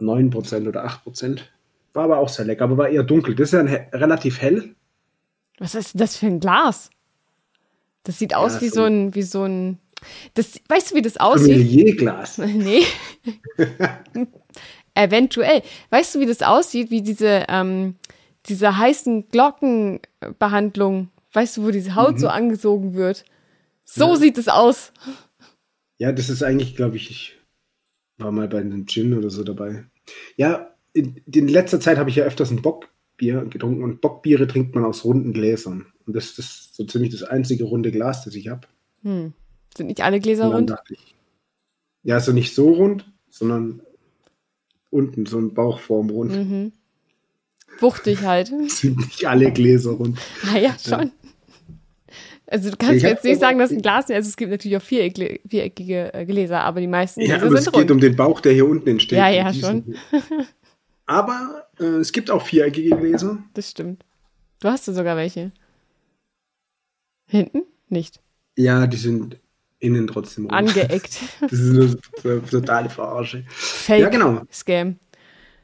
9% oder 8%. War aber auch sehr lecker, aber war eher dunkel. Das ist ja ein he relativ hell.
Was ist denn das für ein Glas? Das sieht aus
das
wie
ist
so
so
ein, wie so ein. Das, weißt du, wie das aussieht?
Sommelier-Glas. <laughs>
<laughs> Nee. Eventuell. Weißt du, wie das aussieht, wie diese, ähm, diese heißen Glockenbehandlung? Weißt du, wo diese Haut so angesogen wird? So
Mhm. Ja.
sieht es aus.
Ja, das ist eigentlich, glaube ich, ich war mal bei einem Gin oder so dabei. Ja, in, in letzter Zeit habe ich ja öfters ein Bockbier getrunken und Bockbiere trinkt man aus runden Gläsern. Und das, das ist so ziemlich das einzige runde Glas, das ich habe.
Sind nicht alle Gläser
Und dann
rund?
dachte ich, ja, also nicht so rund, sondern unten so ein Bauchform rund.
Mhm. Wuchtig halt.
<laughs>
<laughs>
Sind nicht alle Gläser rund.
naja, schon. Also du kannst
Ich
mir
hab
jetzt nicht
sogar-
sagen, dass ein Glas, also es gibt natürlich auch viereckige, viereckige äh, Gläser, aber die meisten
Ja,
Gläser
aber es
sind rund.
geht um den Bauch, der hier unten entsteht.
Ja,
Und
ja,
diesen- Aber äh, es gibt auch viereckige Gläser.
das stimmt. Du hast ja sogar welche. Hinten? Nicht.
Ja, die sind innen trotzdem rund. <laughs>
Angeeckt.
Das ist eine t- totale Verarsche.
Fake
Ja, genau.
Scam.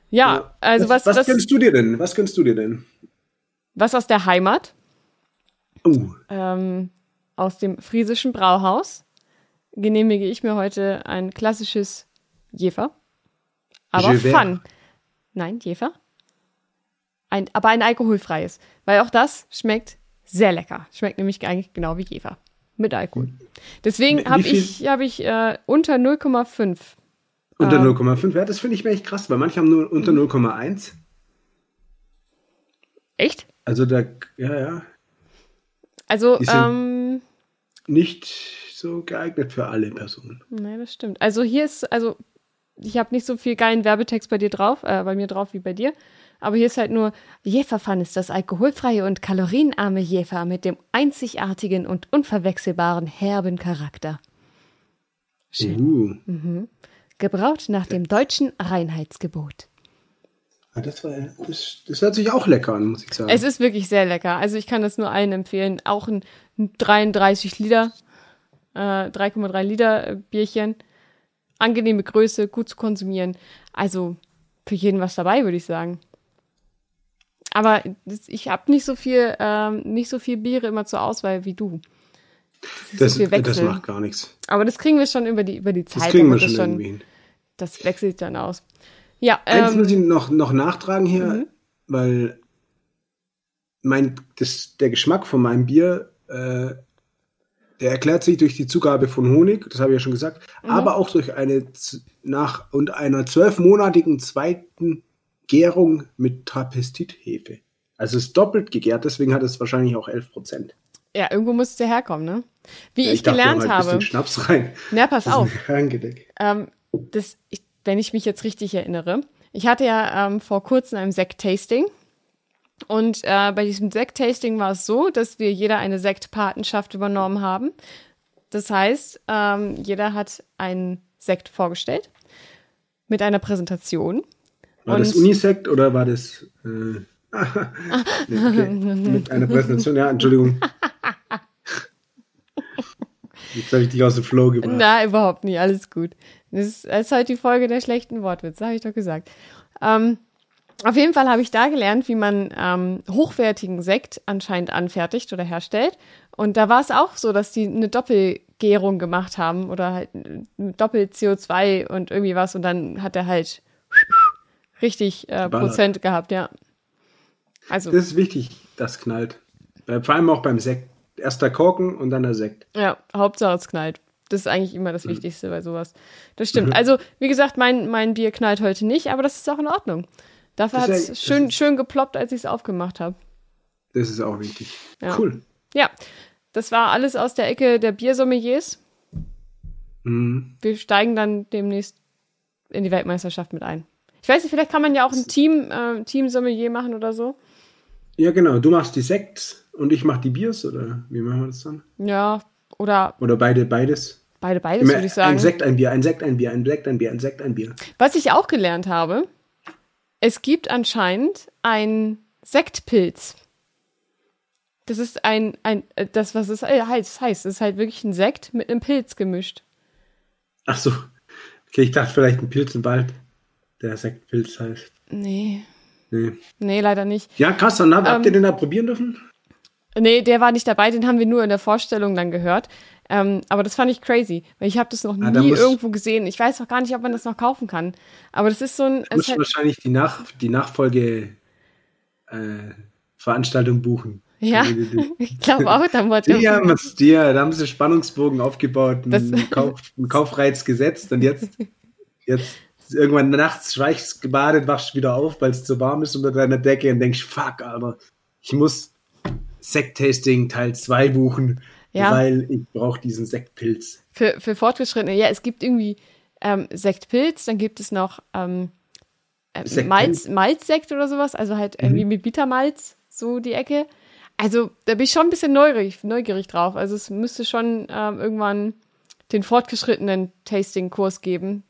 Ja, also was,
was
was,
gönnst du dir denn? Was gönnst du dir denn?
Was aus der Heimat,
Uh,
ähm, aus dem friesischen Brauhaus, genehmige ich mir heute ein klassisches Jefer. Aber
Jever.
fun. Nein, Jefer. Ein, aber ein alkoholfreies. Weil auch das schmeckt sehr lecker. Schmeckt nämlich eigentlich genau wie Jefer. Mit Alkohol.
Wie-
Deswegen
wie
habe
viel-
ich, hab ich äh, unter 0,5.
unter
Ah. Mhm.
0,5. Ja, das finde ich mir echt krass, weil manche haben nur unter 0,1.
Echt?
Also da, ja, ja,
Also,
Die sind-
ähm,
nicht so geeignet für alle Personen.
nein, das stimmt. Also hier ist, also ich habe nicht so viel geilen Werbetext bei dir drauf, äh, bei mir drauf wie bei dir. Aber hier ist halt nur, Jeferpfann ist das alkoholfreie und kalorienarme Jefer mit dem einzigartigen und unverwechselbaren herben Charakter. Schön.
Uh,
Gebraut nach dem deutschen Reinheitsgebot.
Ah, das, war, das, das hört sich auch lecker an, muss ich sagen.
Es ist wirklich sehr lecker. Also ich kann das nur allen empfehlen. Auch ein 33 Liter, äh, 3,3 Liter äh, Bierchen. Angenehme Größe, gut zu konsumieren. Also für jeden was dabei, würde ich sagen. Aber das, ich habe nicht so viel, ähm, nicht so viel Biere immer zur Auswahl wie du. ist
das,
so viel
das
Wechsel.
macht gar nichts.
Aber das kriegen wir schon über die, über die Zeit.
Das kriegen
aber
wir schon, irgendwie hin.
Das wechselt dann aus. Ja,
Eins
ähm, mhm.
muss ich noch, noch nachtragen hier, weil mein, das, der Geschmack von meinem Bier, äh, der erklärt sich durch die Zugabe von Honig, das habe ich ja schon gesagt,
Mhm.
aber auch durch eine z- nach und einer zwölfmonatigen zweiten Gärung mit Trapestit-Hefe. Also es ist doppelt gegärt, deswegen hat es wahrscheinlich auch 11 Prozent.
ja, irgendwo muss es ja herkommen, ne? Wie ich,
halt
gelernt
ein
habe.
bisschen Schnaps rein.
Na, pass
Das ist <laughs>
auf.
ein Herrengedeck.
Ähm, das, ich, wenn ich mich jetzt richtig erinnere, ich hatte ja ähm, vor kurzem ein Sekt-Tasting. Und äh, bei diesem Sekt-Tasting war es so, dass wir jeder eine Sektpatenschaft übernommen haben. Das heißt, ähm, jeder hat einen Sekt vorgestellt mit einer Präsentation.
War das
Und-
Unisekt oder war das äh,
<laughs>
nee, okay. mit einer Präsentation? Ja, Entschuldigung. Jetzt habe ich dich aus dem Flow gebracht.
Na, überhaupt nicht, alles gut. Das ist, das ist halt die Folge der schlechten Wortwitze, habe ich doch gesagt. Ähm, auf jeden Fall habe ich da gelernt, wie man ähm, hochwertigen Sekt anscheinend anfertigt oder herstellt. Und da war es auch so, dass die eine Doppelgärung gemacht haben oder halt mit Doppel-CO2 und irgendwie was. Und dann hat er halt richtig äh,
Geballert.
Prozent gehabt, ja. Also,
Das ist wichtig, das knallt. Äh, Vor allem auch beim Sekt. Erst der Korken und dann der Sekt.
Ja, Hauptsache es knallt. Das ist eigentlich immer
Mhm.
das Wichtigste bei sowas. Das stimmt. Also, wie gesagt, mein, mein Bier knallt heute nicht, aber das ist auch in Ordnung. Dafür
Das
hat
ist ja-
es schön, schön geploppt, als ich es aufgemacht habe.
Das ist auch wichtig.
Ja.
Cool.
Ja, das war alles aus der Ecke der Biersommeliers.
Mhm.
Wir steigen dann demnächst in die Weltmeisterschaft mit ein. Ich weiß nicht, vielleicht kann man ja auch ein Team, äh, Team Sommelier machen oder so.
Ja, genau. Du machst die Sekts und ich mache die Biers oder wie machen wir das dann?
Ja, oder
Oder beide, beides?
beide, beides würde ich sagen.
Ein Sekt, ein Bier, ein Sekt, ein Bier, ein Sekt, ein Bier, ein Sekt, ein Bier.
Was ich auch gelernt habe, es gibt anscheinend einen Sektpilz. Das ist ein, ein äh, das, was es äh, heißt, heißt. Es ist halt wirklich ein Sekt mit einem Pilz gemischt.
Ach so. Okay, ich dachte vielleicht ein Pilz im Wald, der Sektpilz heißt.
Nee.
Nee.
Nee, leider nicht.
Ja, krass, dann habt,
Ähm,
habt ihr den da probieren dürfen?
Nee, der war nicht dabei, den haben wir nur in der Vorstellung dann gehört. Ähm, aber das fand ich crazy, weil ich habe das noch
Ah, da
nie
muss-
irgendwo gesehen. Ich weiß auch gar nicht, ob man das noch kaufen kann. Aber das ist so ein. Es
Muss
ist halt,
wahrscheinlich die, Nach die Nachfolge äh, Veranstaltung buchen.
ja,
Die- die- die-
<laughs> ich glaube auch, dann wurde
Die haben es dir, da haben sie Spannungsbogen aufgebaut, einen, <laughs>
Das-
Kauf, einen Kaufreiz gesetzt und
<laughs>
jetzt, jetzt irgendwann nachts schweichst gebadet, wachst wieder auf, weil es zu warm ist unter deiner Decke und denkst, fuck, Alter, ich muss Sekt-Tasting Teil 2 buchen,
Ja.
weil ich brauche diesen Sektpilz.
für, für Fortgeschrittene, ja, es gibt irgendwie ähm, Sektpilz, dann gibt es noch ähm, äh,
Sekt-
Malz, Malzsekt oder sowas, also halt irgendwie mit Bittermalz, so die Ecke. Also da bin ich schon ein bisschen neugierig, neugierig drauf. Also es müsste schon ähm, irgendwann den fortgeschrittenen Tasting-Kurs geben,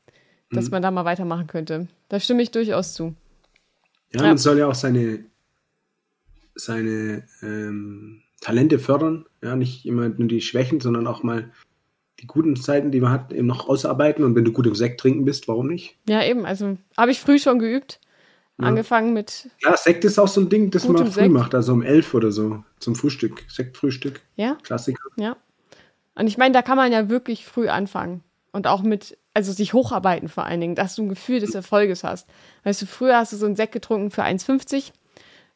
dass man da mal weitermachen könnte. Da stimme ich durchaus zu.
Ja,
Ja.
man soll ja auch seine, seine ähm, Talente fördern. Ja, nicht immer nur die Schwächen, sondern auch mal die guten Seiten, die man hat, eben noch ausarbeiten. Und wenn du gut im Sekt trinken bist, warum nicht?
Ja, eben, also habe ich früh schon geübt. Angefangen mit,
Ja, Sekt ist auch so ein Ding, das
Gutem
man früh
Sekt.
macht, also um elf oder so, zum Frühstück. Sektfrühstück,
ja,
Klassiker.
ja. Und ich meine, da kann man ja wirklich früh anfangen. Und auch mit, also sich hocharbeiten vor allen Dingen, dass du ein Gefühl des Erfolges hast. Weißt du, früher hast du so einen Sekt getrunken für 1,50,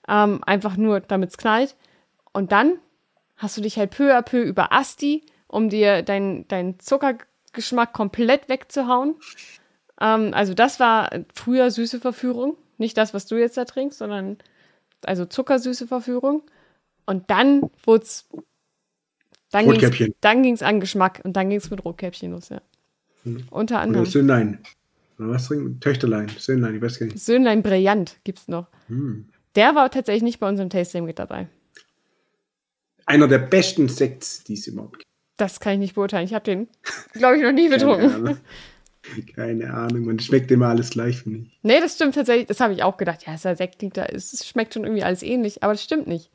ähm, einfach nur, damit es knallt. Und dann hast du dich halt peu à peu über Asti, um dir deinen deinen Zuckergeschmack komplett wegzuhauen. Ähm, also das war früher süße Verführung. Nicht das, was du jetzt da trinkst, sondern also zuckersüße Verführung. Und dann wurde es dann ging's,
Rotkäppchen.
dann ging's an Geschmack und dann ging's mit Rotkäppchen los, ja. Unter
Oder
anderem.
Söhnlein. Oder was trinken? Töchterlein, Söhnlein, ich weiß gar nicht. Hm.
Söhnlein Brillant gibt's noch. Der war tatsächlich nicht bei unserem Tasting mit dabei.
Einer der besten Sekts, die es überhaupt gibt.
Das kann ich nicht beurteilen. Ich habe den, glaube ich, noch nie
Keine
getrunken.
Ahnung. Keine Ahnung, man schmeckt immer alles gleich, finde ich.
Nee, das stimmt tatsächlich. Das habe ich auch gedacht. Ja, ist ja Sekt, liegt da ist, es schmeckt schon irgendwie alles ähnlich, aber das stimmt nicht.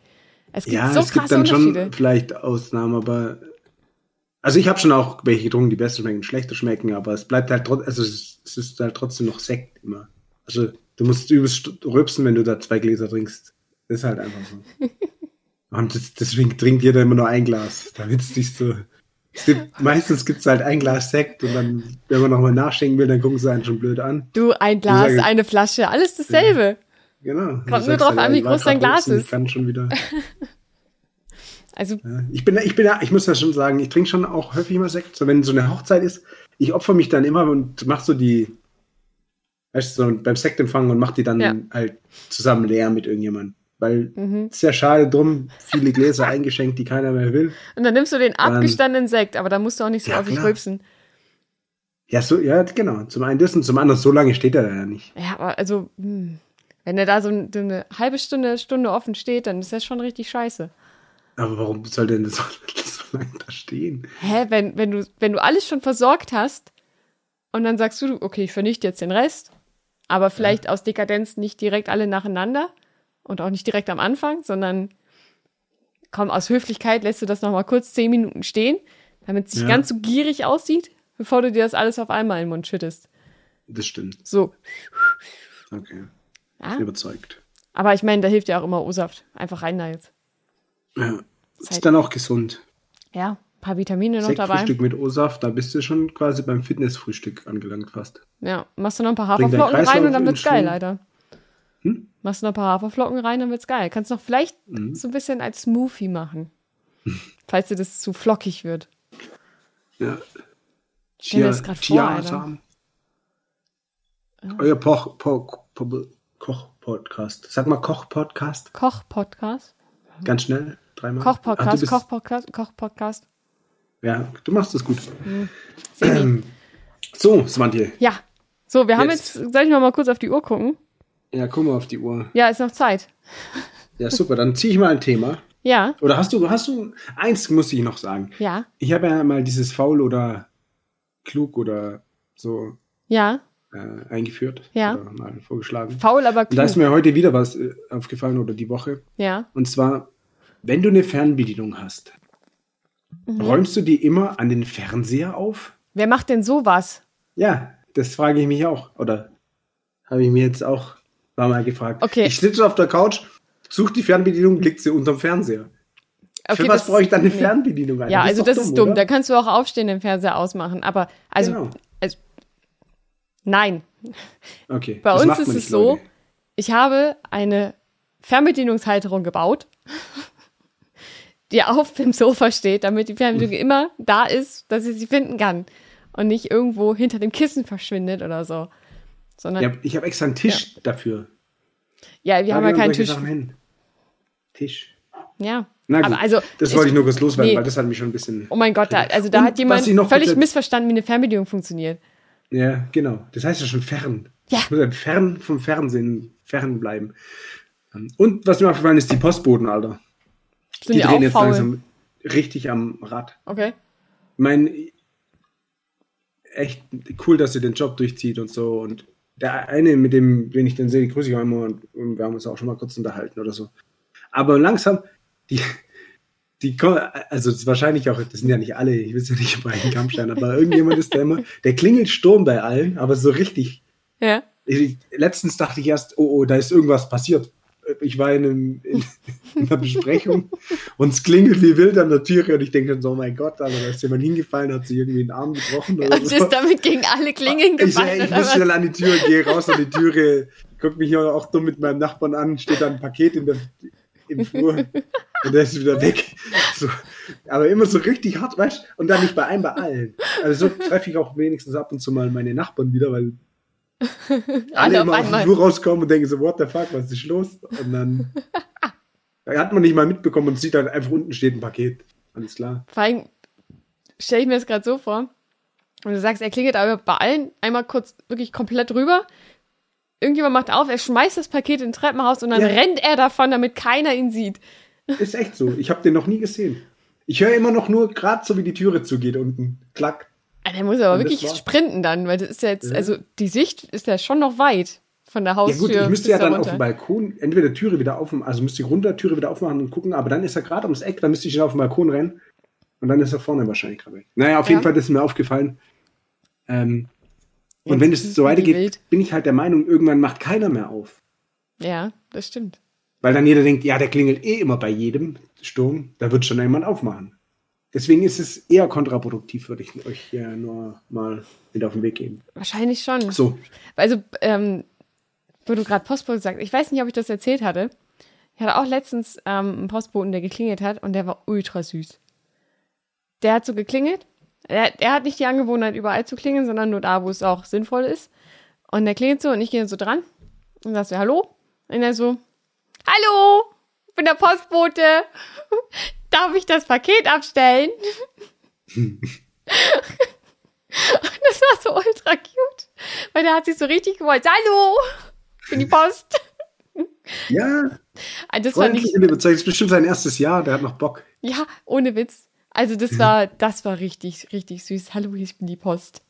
Es gibt
Ja,
so
es gibt
krasse
dann
Unterschiede.
schon vielleicht Ausnahmen, aber. Also ich habe schon auch welche getrunken, die besser schmecken, schlechter schmecken, aber es bleibt halt trotzdem, also es es ist halt trotzdem noch Sekt immer. Also du musst übelst rübsen, wenn du da zwei Gläser trinkst. Das ist halt einfach
<laughs>
so. Und das, deswegen trinkt jeder immer nur ein Glas, damit es nicht so. Es gibt, meistens gibt es halt ein Glas Sekt und dann, wenn man nochmal nachschenken will, dann gucken sie einen schon blöd an.
Du, ein Glas,
sage-
eine Flasche, alles dasselbe.
Genau.
nur
Du sagst
drauf an, wie
ich war
groß dein
grad
Glas
rübsen, Ich
ist.
kann schon wieder.
Also,
Ja, Ich bin, ich bin, ja- ich muss ja schon sagen, ich trinke schon auch häufig mal Sekt. So, wenn so eine Hochzeit ist, ich opfer mich dann immer und mach so die, weißt du, so beim Sektempfang und mach die dann
Ja. Mhm.
halt zusammen leer mit irgendjemandem. Weil ist ja schade drum, viele Gläser <laughs> eingeschenkt, die keiner mehr will.
und dann nimmst du den abgestandenen Sekt, aber da musst du auch nicht so
Ja,
auf dich
klar.
rülpsen.
Ja, so, ja, genau. Zum einen das und zum anderen, so lange steht er da ja nicht.
Ja, aber also, hm, wenn er da so ein- so eine halbe Stunde, Stunde offen steht, dann ist das schon richtig scheiße.
Aber warum soll denn das <laughs> so, so lange da stehen?
Hä, wenn, wenn, du, wenn du alles schon versorgt hast und dann sagst du, okay, ich vernichte jetzt den Rest, aber vielleicht aus Dekadenz nicht direkt alle nacheinander und auch nicht direkt am Anfang, sondern komm, aus Höflichkeit lässt du das nochmal kurz zehn Minuten stehen, damit es nicht
Ja.
ganz so gierig aussieht, bevor du dir das alles auf einmal in den Mund schüttest.
Das stimmt.
So.
Okay.
Ja?
Überzeugt.
Aber ich meine, da hilft ja auch immer O-Saft. Einfach rein da jetzt.
Ja. Ist
Zeit.
dann auch gesund.
Ja, ein paar Vitamine noch dabei.
Sektfrühstück mit O-Saft, da bist du schon quasi beim Fitnessfrühstück angelangt fast.
Ja, machst du noch ein paar
Bringt dein
Haferflocken rein und dann
Kreislauf Hm?
wird's geil,
in
leider. Machst du noch ein paar Haferflocken rein, dann wird's geil. Kannst noch vielleicht
Mhm.
so ein bisschen als
<laughs>
Smoothie machen. falls dir das zu flockig wird.
Ja.
Stell dir das gerade vor, Alter.
Chiasamen. Euer Poch, Poch, Poch, Koch-Podcast. Sag mal Koch-Podcast.
Koch-Podcast.
Ganz schnell. Dreimal. Ach, du
Koch-Podcast,
bist-
Koch-Podcast, Koch-Podcast.
Ja, du machst das gut.
Semi.
<clears throat> So, Svantje.
Ja. So, wir haben jetzt,
Jetzt.
soll ich noch mal kurz auf die Uhr gucken?
Ja, guck mal auf die Uhr.
Ja, ist noch Zeit.
Ja, super. Dann ziehe ich mal ein Thema.
Ja,
Oder hast du, hast du, eins muss ich noch sagen.
ja,
Ich habe ja mal dieses faul oder klug oder so
ja.
äh, eingeführt.
Ja.
Oder mal vorgeschlagen.
Faul, aber
Und da ist
klug.
mir heute wieder was äh, aufgefallen oder die Woche.
Ja.
Und zwar, wenn du eine Fernbedienung hast,
Mhm.
räumst du die immer an den Fernseher auf?
Wer macht denn sowas?
Ja, das frage ich mich auch. Oder habe ich mir jetzt auch war mal gefragt.
Okay.
Ich sitze auf der Couch, suche die Fernbedienung, liegt sie unterm Fernseher.
Okay,
Für was
das-
brauche ich dann eine
nee.
Fernbedienung? Alter?
Ja, also das
doch
ist dumm.
oder?
Da kannst du auch aufstehen, den Fernseher ausmachen. Aber also,
Genau.
also nein.
Okay.
Bei
das
uns
macht
ist
man
es
nicht,
so,
Leute.
ich habe eine Fernbedienungshalterung gebaut, <laughs> die auf dem Sofa steht, damit die Fernbedienung immer da ist, dass ich sie finden kann und nicht irgendwo hinter dem Kissen verschwindet oder so. Sondern
Ja, ich habe extra einen Tisch dafür.
ja, wir
Da
haben ja
gehören
keinen
solche
Tisch.
Sachen hin. Tisch.
Ja.
Na gut,
Aber also
das
ich-
wollte ich nur kurz loswerden,
nee.
weil das hat mich schon ein bisschen.
Oh mein Gott, da, also da
Und
hat jemand
was ich noch
völlig
kurz-
missverstanden, wie eine Fernbedienung funktioniert.
Ja, genau. Das heißt ja schon fern.
Ja.
Ich muss halt fern vom Fernsehen fern bleiben. Und was mir aufgefallen ist, die Postboten, Alter.
Sind die, auch faul?
langsam richtig am Rad.
Okay.
Ich meine, echt cool, dass ihr den Job durchzieht und so. Und der eine, mit dem, den ich dann sehe, die grüße ich auch immer und, und wir haben uns auch schon mal kurz unterhalten oder so. Aber langsam, die, die, ko- also das ist wahrscheinlich auch, das sind ja nicht <laughs> alle, ich will es ja nicht über einen Kamm stellen, aber irgendjemand ist da immer, der klingelt Sturm bei allen, aber so richtig
Ja.
Ich, letztens dachte ich erst, oh, oh, da ist irgendwas passiert. Ich war in, einem, in, in einer Besprechung und es klingelt wie wild an der Türe und ich denke schon so, oh mein Gott, Alter, da ist jemand hingefallen, hat sich irgendwie den Arm gebrochen oder
Und
so.
ist damit gegen alle Klingeln
Ich,
gefallen.
ey, ich muss schnell an die Tür, gehe raus an die Türe, guck mich hier auch dumm mit meinem Nachbarn an, steht da ein Paket in der, im Flur und der ist wieder weg. So, aber immer so richtig hart, weißt du? Und dann nicht bei einem, bei allen. Also so treffe ich auch wenigstens ab und zu mal meine Nachbarn wieder, weil alle,
<laughs> alle auf
immer auf den
einmal.
Flur rauskommen und denken so, what the fuck, was ist los? Und
<laughs>
dann, dann hat man nicht mal mitbekommen und sieht dann einfach unten steht ein Paket. Alles klar.
Vor allem stelle ich mir das gerade so vor. Und du sagst, er klingelt aber bei allen einmal kurz wirklich komplett rüber. Irgendjemand macht auf, er schmeißt das Paket in den Treppenhaus und dann
Ja.
rennt er davon, damit keiner ihn sieht.
Ist echt so. Ich habe den noch nie gesehen. Ich höre immer noch nur gerade so, wie die Türe zugeht unten. Klack.
Ah, Der muss aber
Und das
wirklich
war's.
sprinten dann, weil das ist ja jetzt,
Ja.
also die Sicht ist ja schon noch weit von der
Ja
Haustür.
gut, ich müsste
bis
ja
da
dann auf
runter.
dem Balkon entweder Türe wieder aufmachen, also müsste ich runter, Türe wieder aufmachen und gucken, aber dann ist er gerade ums Eck, dann müsste ich dann auf den Balkon rennen und dann ist er vorne wahrscheinlich gerade weg. Naja, auf jeden
Ja.
Fall das ist mir aufgefallen. Ähm, und
Jetzt
wenn es so
sind die
weitergeht,
wild.
bin ich halt der Meinung, irgendwann macht keiner mehr auf.
Ja, das stimmt.
Weil dann jeder denkt, ja, der klingelt eh immer bei jedem Sturm, da wird schon jemand aufmachen. Deswegen ist es eher kontraproduktiv, würde ich euch ja nur mal mit auf den Weg geben.
Wahrscheinlich schon.
So,
Also, ähm, wo du gerade Postbote sagst, ich weiß nicht, ob ich das erzählt hatte. Ich hatte auch letztens ähm, einen Postboten, der geklingelt hat und der war ultra süß. Der hat so geklingelt. Er, er hat nicht die Angewohnheit, überall zu klingeln, sondern nur da, wo es auch sinnvoll ist. Und der klingelt so und ich gehe so dran und sag so, hallo. Und er so, hallo, ich bin der Postbote. Darf ich das Paket abstellen? und das war so ultra cute, weil der hat sich so richtig gewollt. Hallo, ich bin die Post.
ja,
Ah, Das fand ich
freundlich und überzeugt. Das ist bestimmt sein erstes Jahr, der hat noch Bock.
Ja, ohne Witz. Also
Mhm.
das war, das war richtig, richtig süß. Hallo, ich bin
<laughs>
die Post.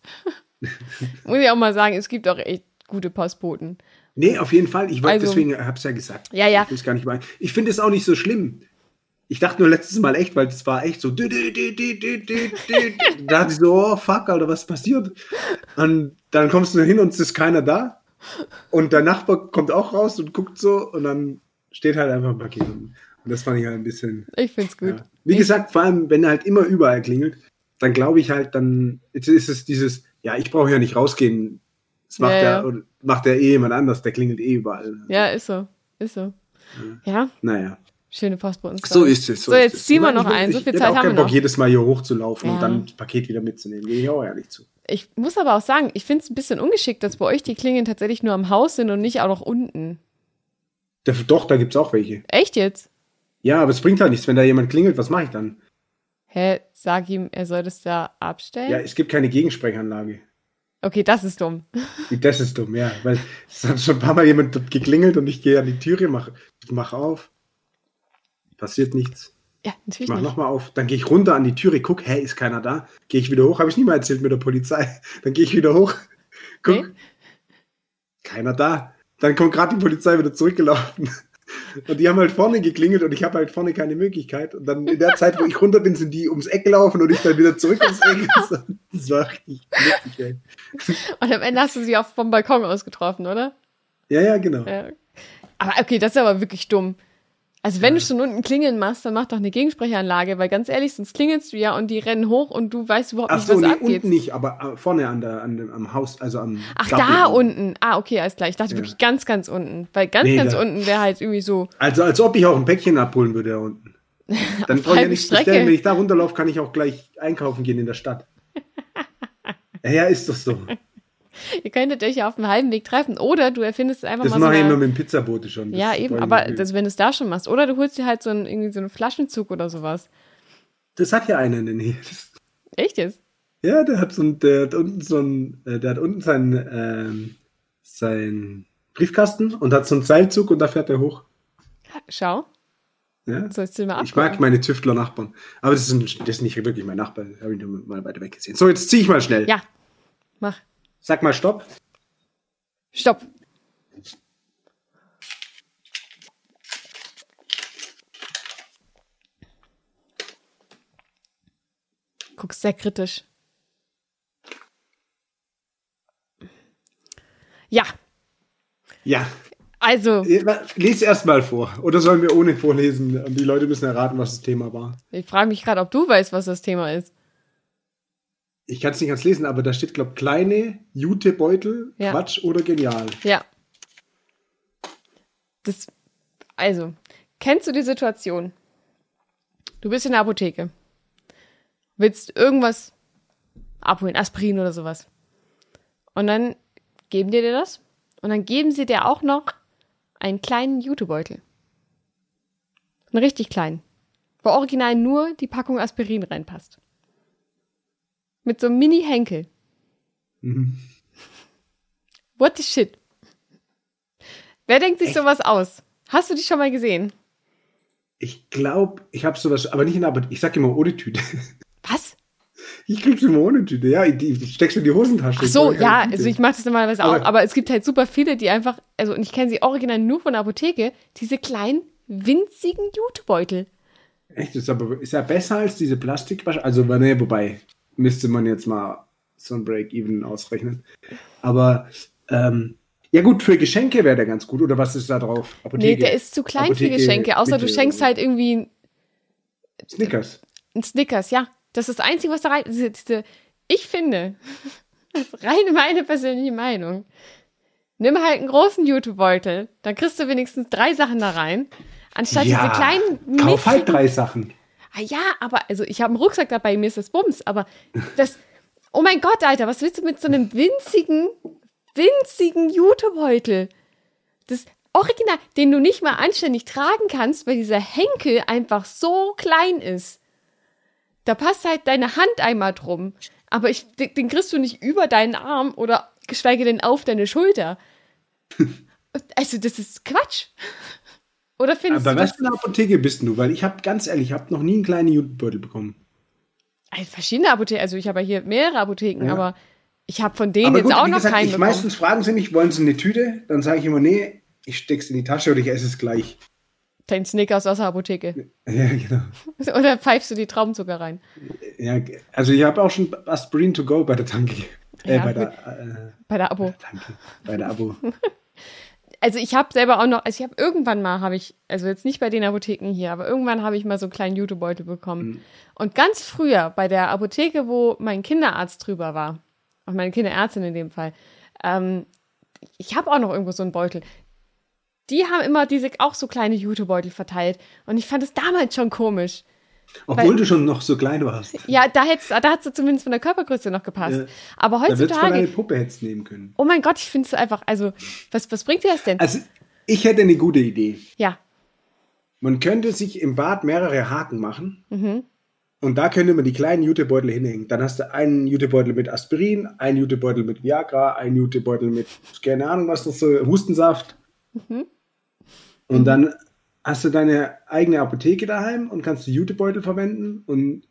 Muss ich auch mal sagen, es gibt auch echt gute Postboten.
Nee, auf jeden Fall. Ich wollte
Also-
deswegen, hab's ja gesagt.
Ja, ja.
Ich will's gar nicht mal. Ich finde es auch nicht so schlimm. Ich dachte nur letztes Mal echt, weil das war echt so. dü- dü- dü- dü- dü- dü- dü- dü. Da dachte ich so, oh fuck, Alter, was passiert? Und dann kommst du hin und es ist keiner da. Und der Nachbar kommt auch raus und guckt so und dann steht halt einfach ein Paket. unten. Und das fand ich halt ein bisschen.
Ich find's gut.
Ja. Wie gesagt, vor allem, wenn er halt immer überall klingelt, dann glaube ich halt, dann jetzt ist es dieses, ja, ich brauche ja nicht rausgehen. Das macht,
Ja,
ja,
ja.
oder macht ja eh jemand anders, der klingelt eh überall.
Ja, ist so. Ist so. Ja,
Naja,
schöne Postboten.
so ist es.
So, jetzt
ist es.
ziehen wir
Ich
noch
will-
einen, so
ich
viel
hätte
Zeit
auch
haben
keinen
wir
Bock,
noch.
jedes Mal hier hochzulaufen
Ja.
und dann das Paket wieder mitzunehmen. Gehe ich auch ehrlich zu.
Ich muss aber auch sagen, ich find's ein bisschen ungeschickt, dass bei euch die Klingeln tatsächlich nur am Haus sind und nicht auch noch unten.
Da- Doch, da gibt es auch welche.
Echt jetzt?
Ja, aber es bringt halt nichts, wenn da jemand klingelt, was mache ich dann?
Hä, sag ihm, er soll das da abstellen?
Ja, es gibt keine Gegensprechanlage.
Okay, das ist dumm.
Das ist dumm, ja. Weil es hat schon ein paar Mal jemand dort geklingelt und ich gehe an die Türe, mach, mach auf. Passiert nichts.
Ja,
Ich
natürlich
mach
nicht.
nochmal auf. Dann gehe ich runter an die Türe, guck, hey, ist keiner da? Gehe ich wieder hoch, habe ich nie mal erzählt mit der Polizei. <laughs> Dann gehe ich wieder hoch, guck,
Nee.
keiner da. Dann kommt gerade die Polizei wieder zurückgelaufen. <laughs> Und die haben halt vorne geklingelt und ich habe halt vorne keine Möglichkeit. Und dann in der Zeit, wo ich runter bin, sind die ums Eck gelaufen und ich dann wieder zurück ums Eck. <laughs> Das war richtig lustig, ey.
Und am Ende hast du sie auch vom Balkon aus getroffen, oder?
Ja, ja, genau.
Ja. Äh, Aber okay, das ist aber wirklich dumm. Also wenn du schon unten klingeln machst, dann mach doch eine Gegensprechanlage, weil ganz ehrlich, sonst klingelst du ja und die rennen hoch und du weißt überhaupt
Ach
nicht,
so,
was
nee,
abgeht.
unten nicht, aber äh, vorne an der, an dem, am Haus, also am.
Ach,
Garten
da unten. Ah, okay, alles klar. Ich dachte
Ja.
wirklich ganz, ganz unten. Weil ganz,
Nee,
ganz
da-
unten wäre halt irgendwie so,
Also, als ob ich auch ein Päckchen abholen würde da
<laughs>
unten. Dann brauche ich ja
halbe
nichts
Strecke.
bestellen. Wenn ich da runterlaufe, kann ich auch gleich einkaufen gehen in der Stadt.
<laughs>
Ja, ja, ist doch so.
ihr könntet euch ja auf dem halben Weg treffen. Oder du erfindest einfach
Das
mal so
mache ich
eine-
immer mit dem Pizzabote schon. Das
Ja,
ist
eben,
voll
aber
übel.
das, wenn du es da schon machst. Oder du holst dir halt so einen, irgendwie so einen Flaschenzug oder sowas.
das hat ja einer in der Nähe. <laughs> Das,
Echt jetzt?
ja, der hat so ein, der hat unten so ein, äh, der hat unten seinen, ähm, seinen Briefkasten und hat so einen Seilzug und da fährt er hoch.
Schau,
Ja,
sollst du mal
Ich mag
abgucken.
meine Tüftler-Nachbarn. Aber das ist, das ist nicht wirklich mein Nachbar. Das habe ich nur mal weiter weg gesehen. So, jetzt ziehe ich mal schnell.
Ja, mach.
Sag mal Stopp.
Stopp. Guckst sehr kritisch. Ja,
Ja,
Also,
lies erstmal vor. Oder sollen wir ohne vorlesen? Und die Leute müssen erraten, was das Thema war.
ich frage mich gerade, ob du weißt, was das Thema ist.
Ich kann es nicht ganz lesen, aber da steht, glaube kleine Jutebeutel,
Ja.
Quatsch oder genial.
Ja. Das, also, kennst du die Situation? Du bist in der Apotheke. Willst irgendwas abholen, Aspirin oder sowas. Und dann geben die dir das. Und dann geben sie dir auch noch einen kleinen Jutebeutel. Einen richtig kleinen. Wo original nur die Packung Aspirin reinpasst. Mit so einem Mini-Henkel. What the shit? Wer denkt sich sowas aus? Hast du die schon mal gesehen?
Ich glaube, ich habe sowas, aber nicht in der Arbeit. Ich sag immer ohne Tüte. <laughs>
Was?
Ich krieg's immer ohne Tüte. Ja, die steckst du in die Hosentasche.
Ach so,
Ich brauch
ja,
keine
also
Tüte.
ich mache das normalerweise auch,
Aber-
aber es gibt halt super viele, die einfach, also und ich kenne sie original nur von der Apotheke, diese kleinen, winzigen Jutebeutel.
Echt, ist aber ist ja besser als diese Plastikflasche. Also, ne, wobei, müsste man jetzt mal so ein Break-Even ausrechnen. Aber, ähm, ja gut, für Geschenke wäre der ganz gut. Oder was ist da drauf?
Nee,
Apotheke.
der ist zu klein für
Apotheke,
Geschenke, außer du
bitte.
schenkst halt irgendwie
Snickers.
einen Snickers, ja. Das ist das Einzige, was da rein. Diese, diese, ich finde, <laughs> das ist rein meine persönliche Meinung. Nimm halt einen großen Jutebeutel, dann kriegst du wenigstens drei Sachen da rein. Anstatt diese kleinen
Kauf halt
mickrigen-
drei Sachen.
Ah ja, aber also ich habe einen Rucksack dabei, mir ist das Bums, aber das. Oh mein Gott, Alter, was willst du mit so einem winzigen, winzigen Jutebeutel? Das Original, den du nicht mal anständig tragen kannst, weil dieser Henkel einfach so klein ist. Da passt halt deine Hand einmal drum. Aber ich, den, den kriegst du nicht über deinen Arm oder geschweige denn auf deine Schulter. Also, das ist Quatsch. Oder findest
Aber
du das?
was für eine Apotheke bist denn du? Weil ich habe ganz ehrlich, ich habe noch nie einen kleinen Jutebeutel bekommen.
Also verschiedene Apotheken, also ich habe ja hier mehrere Apotheken,
Ja.
aber ich habe von denen
aber
jetzt
gut,
auch
wie
noch
gesagt,
keinen
ich,
bekommen.
meistens fragen sie mich, wollen sie eine Tüte? Dann sage ich immer, nee, ich steck's in die Tasche oder ich esse es gleich. <laughs>
Dein Snickers aus der Apotheke. <laughs>
Ja, genau.
Oder pfeifst du die Traubenzucker rein?
Ja, also ich habe auch schon Aspirin to go bei der Tanke. Äh,
Ja,
bei der, äh,
Bei der Abo.
Tanke. Bei der
<laughs>
Abo.
Also ich habe selber auch noch, also ich habe irgendwann mal, habe ich, also jetzt nicht bei den Apotheken hier, aber irgendwann habe ich mal so einen kleinen Jutebeutel bekommen.
Mhm.
Und ganz früher bei der Apotheke, wo mein Kinderarzt drüber war, auch meine Kinderärztin in dem Fall, ähm, ich habe auch noch irgendwo so einen Beutel. Die haben immer diese auch so kleine Jutebeutel verteilt. Und ich fand es damals schon komisch.
Obwohl
Weil-
du schon noch so klein warst.
Ja, da hätt's, da hat's zumindest von der Körpergröße noch gepasst.
Ja.
Aber
Da würdest du mal eine
heutzutage,
Puppe hättest nehmen können.
oh mein Gott, ich finde es einfach, also, was, was bringt dir das denn?
Also ich hätte eine gute Idee.
ja,
Man könnte sich im Bad mehrere Haken machen. Und da könnte man die kleinen Jutebeutel hinhängen. Dann hast du einen Jutebeutel mit Aspirin, einen Jutebeutel mit Viagra, einen Jutebeutel mit, keine Ahnung, was das so, Hustensaft. Und dann hast du deine eigene Apotheke daheim und kannst die Jutebeutel verwenden. Und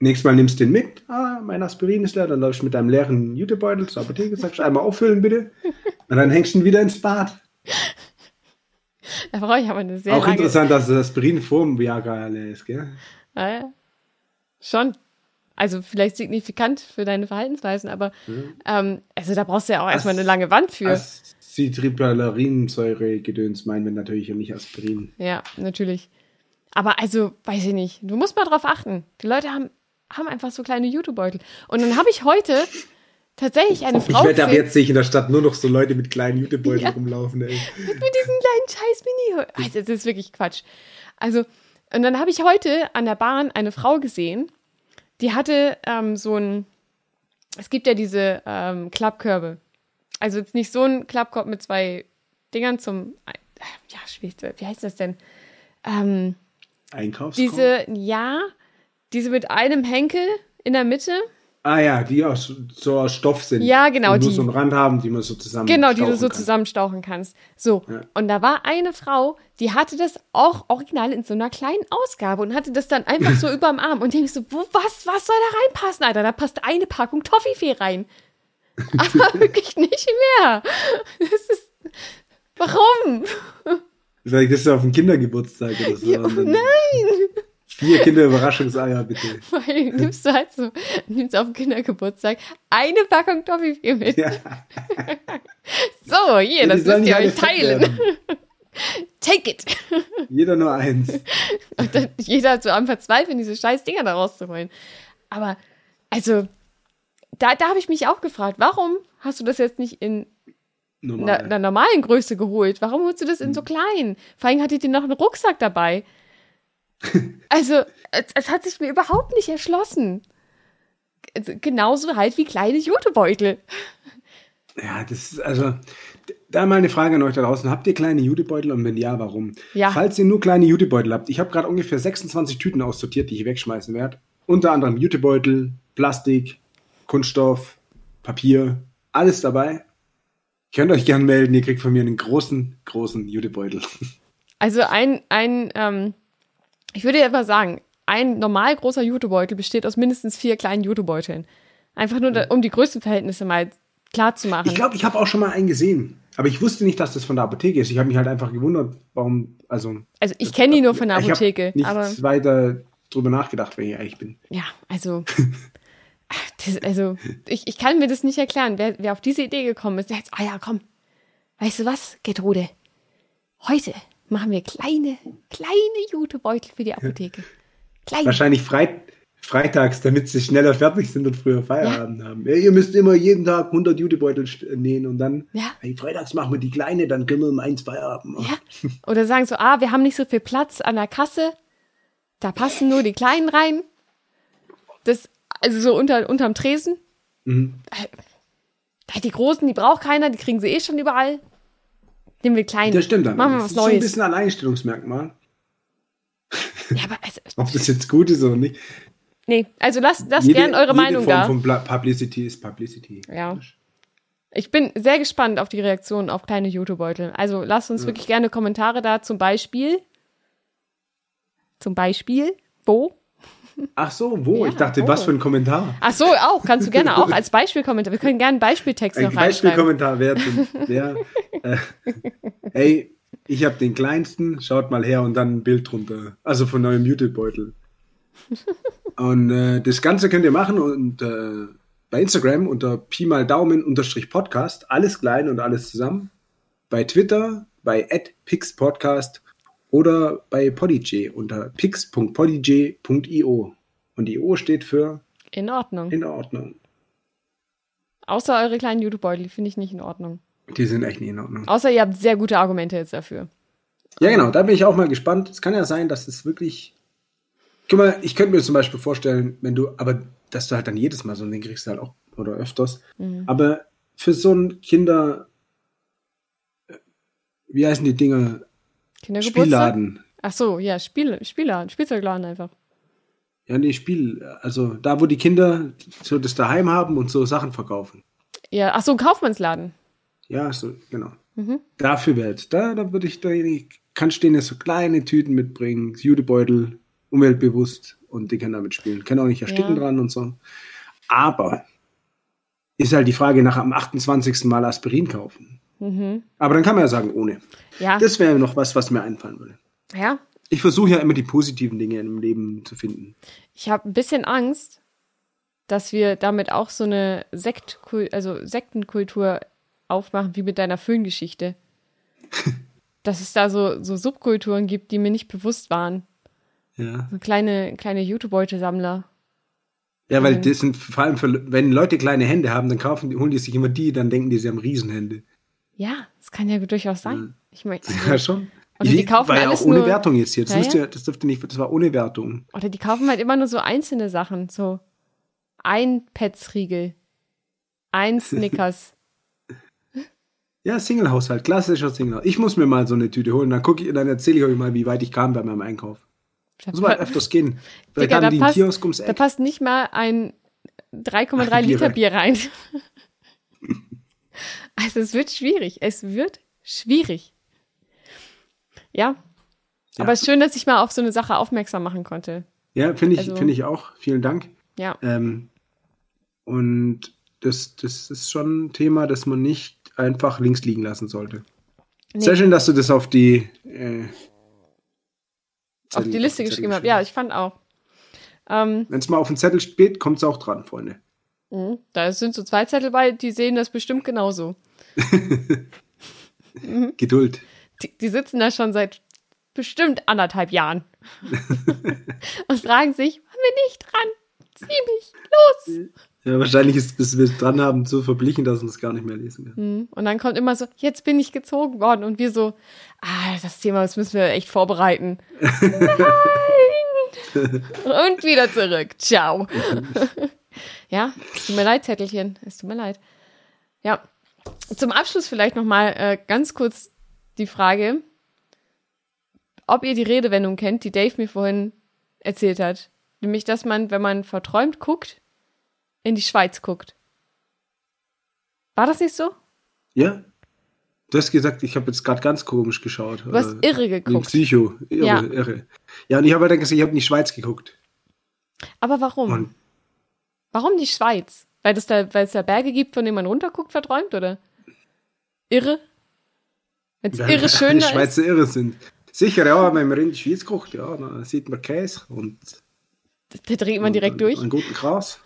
nächstes Mal nimmst du den mit. Ah, mein Aspirin ist leer. Dann läufst du mit deinem leeren Jutebeutel zur Apotheke, sagst einmal auffüllen bitte. Und dann hängst du ihn wieder ins Bad.
da brauche ich aber eine sehr
Auch
lange.
interessant, dass das Aspirin vor dem Viagra alle ist, gell?
Ja, ja. Schon. Also vielleicht signifikant für deine Verhaltensweisen, aber ähm, also da brauchst du ja auch erstmal eine lange Wand für.
Acitripalarinsäure-Gedöns meinen wir natürlich und nicht Aspirin.
Ja, natürlich. Aber also, weiß ich nicht. Du musst mal drauf achten. Die Leute haben, haben einfach so kleine Jutebeutel. Und dann habe ich heute tatsächlich eine Frau
ich wette, ab
gesehen-
jetzt sehe ich in der Stadt nur noch so Leute mit kleinen Jutebeuteln rumlaufen. Ey.
mit diesen kleinen scheiß mini Also, das ist wirklich Quatsch. Also, und dann habe ich heute an der Bahn eine Frau gesehen, die hatte ähm, so ein, es gibt ja diese ähm, Klappkörbe. Also jetzt nicht so ein Klappkorb mit zwei Dingern zum, Ein- ja, schwierig, zu- wie heißt das denn? Ähm,
Einkaufskorb?
diese, ja, diese mit einem Henkel in der Mitte.
ah ja, die aus so aus Stoff sind.
Ja, genau,
Und nur
die.
so einen Rand haben, die man so zusammen
Genau, die du
stauchen
so
kann.
zusammenstauchen kannst. So,
Ja.
und da war eine Frau, die hatte das auch original in so einer kleinen Ausgabe und hatte das dann einfach
<laughs>
so überm Arm und denke so, wo, was, was soll da reinpassen, Alter? Da passt eine Packung Toffifee rein.
<laughs>
Aber wirklich nicht mehr. Das ist, warum? <laughs>
Vielleicht ist es auf dem Kindergeburtstag oder so.
Ja,
Und dann
nein!
Vier Kinderüberraschungseier, bitte.
Weil nimmst du halt so, nimmst auf den Kindergeburtstag eine Packung Toffifee mit.
Ja.
So,
Ja,
hier,
die
das
sollen
müsst ihr
nicht alle
euch
fett
teilen.
werden.
Take it.
Jeder nur eins.
Und dann jeder so am Verzweifeln, diese scheiß Dinger da rauszuholen. Aber, also, da, da habe ich mich auch gefragt, warum hast du das jetzt nicht in einer,
Normal.
einer normalen Größe geholt? Warum holst du das in so klein? Vor allem hatte die noch einen Rucksack dabei. Also, es, es hat sich mir überhaupt nicht erschlossen. Also, genauso halt wie kleine Jutebeutel.
Ja, das ist also. Da mal eine Frage an euch da draußen. Habt ihr kleine Judebeutel und wenn ja, warum?
Ja.
Falls ihr nur kleine Judebeutel habt, ich habe gerade ungefähr 26 Tüten aussortiert, die ich wegschmeißen werde. Unter anderem Jutebeutel, Plastik, Kunststoff, Papier, alles dabei. Könnt euch gern melden, ihr kriegt von mir einen großen, großen Jutebeutel.
Also ein, ein ähm, ich würde ja mal sagen, ein normal großer Jutebeutel besteht aus mindestens vier kleinen Jutebeuteln. Einfach nur, da, um die Größenverhältnisse mal klar zu machen.
Ich glaube, ich habe auch schon mal einen gesehen. Aber ich wusste nicht, dass das von der Apotheke ist. Ich habe mich halt einfach gewundert, warum. Also,
also ich kenne die nur von der
ich hab
Apotheke,
nichts
aber
weiter drüber nachgedacht, wenn ich ehrlich bin.
ja,
<laughs>
also ach, das, also ich, ich kann mir das nicht erklären, wer, wer auf diese Idee gekommen ist. Der jetzt, ah ja, komm, weißt du was, Gertrude, heute machen wir kleine, kleine Jutebeutel für die Apotheke. Kleine.
Wahrscheinlich frei, freitags, damit sie schneller fertig sind und früher Feierabend haben. Ja, ihr müsst immer jeden Tag 100 Jutebeutel st- äh, nähen und dann,
Ja.
hey, freitags machen wir die kleine, dann können wir um eins Feierabend machen.
Ja. Oder sagen so, ah, wir haben nicht so viel Platz an der Kasse. Da passen nur die Kleinen rein. Das, also so unter, unterm Tresen.
Mhm.
Äh, Die Großen, die braucht keiner, die kriegen sie eh schon überall. Nehmen wir Kleinen.
Das stimmt dann.
Machen wir
das
was
ist so ein
Neues.
bisschen ein Alleinstellungsmerkmal.
Ja, aber also,
Ob das jetzt gut ist oder nicht.
nee, also lasst, lasst
Jede-
gern eure
jede
Meinung
Form
da.
von Pla- Publicity ist Publicity.
Ja. Ich bin sehr gespannt auf die Reaktionen auf kleine Jutebeutel. Also lasst uns wirklich gerne Kommentare da, zum Beispiel. Zum Beispiel, wo?
Ach so, wo?
Ja,
ich dachte,
oh.
was für ein Kommentar.
Ach so, auch. Kannst du gerne auch als Beispielkommentar. Wir können gerne einen Beispieltext
Ein
noch reinschreiben.
Beispielkommentar wäre zum- wär, äh, Hey, ich habe den kleinsten, schaut mal her und dann ein Bild drunter. Also von neuem Jutebeutel. Und äh, das Ganze könnt ihr machen und äh, bei Instagram unter Pi mal Daumen unterstrich Podcast, alles klein und alles zusammen. Bei Twitter bei @pixpodcast oder bei Podij unter pix.podij.io. Und IO steht für
In Ordnung.
in Ordnung.
Außer eure kleinen YouTube-Beutel, die finde ich nicht in Ordnung.
Die sind echt nicht in Ordnung.
Außer ihr habt sehr gute Argumente jetzt dafür.
Ja, genau, da bin ich auch mal gespannt. Es kann ja sein, dass es wirklich. Guck mal, ich könnte mir zum Beispiel vorstellen, wenn du, aber dass du halt dann jedes Mal so einen Ding kriegst, halt auch, oder öfters. Aber für so ein Kinder. äh, Wie heißen die Dinger?
Kindergeburtstag?
Spielladen.
Ach so, ja, Spiel, Spielladen, Spielzeugladen einfach.
Ja, nee, Spiel. Also da, wo die Kinder so das daheim haben und so Sachen verkaufen.
Ja, ach so, ein Kaufmannsladen.
Ja, so, genau. Dafür wäre jetzt, da, da würde ich, da kannst du denen so kleine Tüten mitbringen, Judebeutel, umweltbewusst und die können damit spielen. Können auch nicht ersticken
Ja.
dran und so. Aber ist halt die Frage nach am 28. Mal Aspirin kaufen. Aber dann kann man ja sagen, ohne.
Mhm. Ja,
Das wäre noch was, was mir einfallen würde.
ja.
Ich versuche ja immer die positiven Dinge im Leben zu finden.
Ich habe ein bisschen Angst, dass wir damit auch so eine Sekt also Sektenkultur aufmachen, wie mit
<laughs>
deiner Föhngeschichte. dass es da so, so Subkulturen gibt, die mir nicht bewusst waren.
Ja,
So kleine, kleine Jutebeutelsammler.
ja weil das sind vor allem, für, wenn Leute kleine Hände haben, dann kaufen, die- holen die sich immer die, dann denken die, sie haben Riesenhände.
Ja, das kann ja durchaus
Mhm.
sein.
<laughs>
Ich meine,
Ja, schon.
Also die kaufen
war ja
alles
auch ohne
nur-
Wertung jetzt hier. Das,
Ja,
müsst
ja.
ihr, das dürft ihr nicht, das war ohne Wertung.
oder die kaufen halt immer nur so einzelne Sachen. So ein Petzriegel,
<laughs>
ein Snickers.
Ja, Single-Haushalt, klassischer Single. Ich muss mir mal so eine Tüte holen, dann gucke ich, dann erzähle ich euch mal, wie weit ich kam bei meinem Einkauf.
Da,
Muss man
<laughs> pa-
öfters gehen. Vielleicht
Digga,
haben
da,
die einen
passt,
Kiosk ums
da
Eck.
passt nicht mal ein 3,3
Ach, Bier
Liter
rein.
Bier rein. <laughs> also es wird schwierig. Es wird schwierig. Ja.
Ja.
Aber schön, dass ich mal auf so eine Sache aufmerksam machen konnte.
Ja, finde ich,
also-
finde ich auch. Vielen Dank.
Ja.
Ähm, und das, das ist schon ein Thema, das man nicht einfach links liegen lassen sollte.
Nee.
Sehr schön, dass du das auf die, äh,
auf die Liste geschrieben habe. Ja, ich fand auch. Ähm,
Wenn es mal auf den Zettel steht, kommt es auch dran, Freunde.
Mhm. Da sind so zwei Zettel bei, die sehen das bestimmt genauso.
Geduld.
Die, die sitzen da schon seit bestimmt anderthalb Jahren <laughs> und fragen sich, wann bin ich dran? Zieh mich, los!
Ja, wahrscheinlich ist, bis wir dran haben, so verblichen, dass man es gar nicht mehr lesen kann.
Mhm. Und dann kommt immer so, jetzt bin ich gezogen worden. Und wir so, ah, das Thema, das müssen wir echt vorbereiten. Nein! Und wieder zurück. Ciao. ja, es tut mir leid, Zettelchen. Es tut mir leid. Ja, zum Abschluss vielleicht nochmal äh, ganz kurz die Frage, ob ihr die Redewendung kennt, die Dave mir vorhin erzählt hat. Nämlich, dass man, wenn man verträumt guckt, in die Schweiz guckt. War das nicht so?
Ja? Du hast gesagt, ich habe jetzt gerade ganz komisch geschaut.
Du hast irre
Wie
geguckt.
Psycho. Irre,
Ja.
irre. Ja, und ich habe halt gesagt, ich habe in die Schweiz geguckt.
Aber warum?
Und
Warum die Schweiz? Weil es da, weil es da Berge gibt, von denen man runterguckt, verträumt, oder? Irre? Wenn es
weil
irre
<laughs>
schön
die
da ist.
äh, Schweizer irre sind. Sicher, ja, wenn man in die Schweiz guckt, ja, dann sieht man Käse und,
Da dreht man direkt
und,
durch.
einen guten Gras.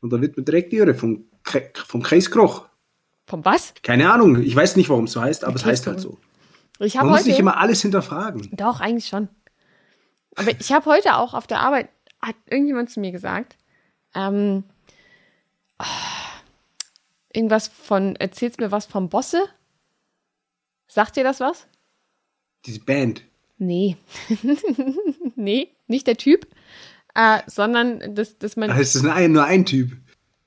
Und dann wird man direkt irre vom, Kä vom Käsegeruch.
Vom was?
Keine Ahnung, ich weiß nicht, warum es so heißt, aber es heißt halt so.
Ich
Man
habe
muss
heute.
nicht immer alles hinterfragen.
Doch, eigentlich schon. Aber ich habe heute auch auf der Arbeit, hat irgendjemand zu mir gesagt, ähm, oh, irgendwas von, erzählst mir was vom Bosse? Sagt dir das was?
Diese Band.
Nee. <laughs> nee, nicht der Typ, äh, sondern das, das man.
Heißt es nur ein, nur ein Typ?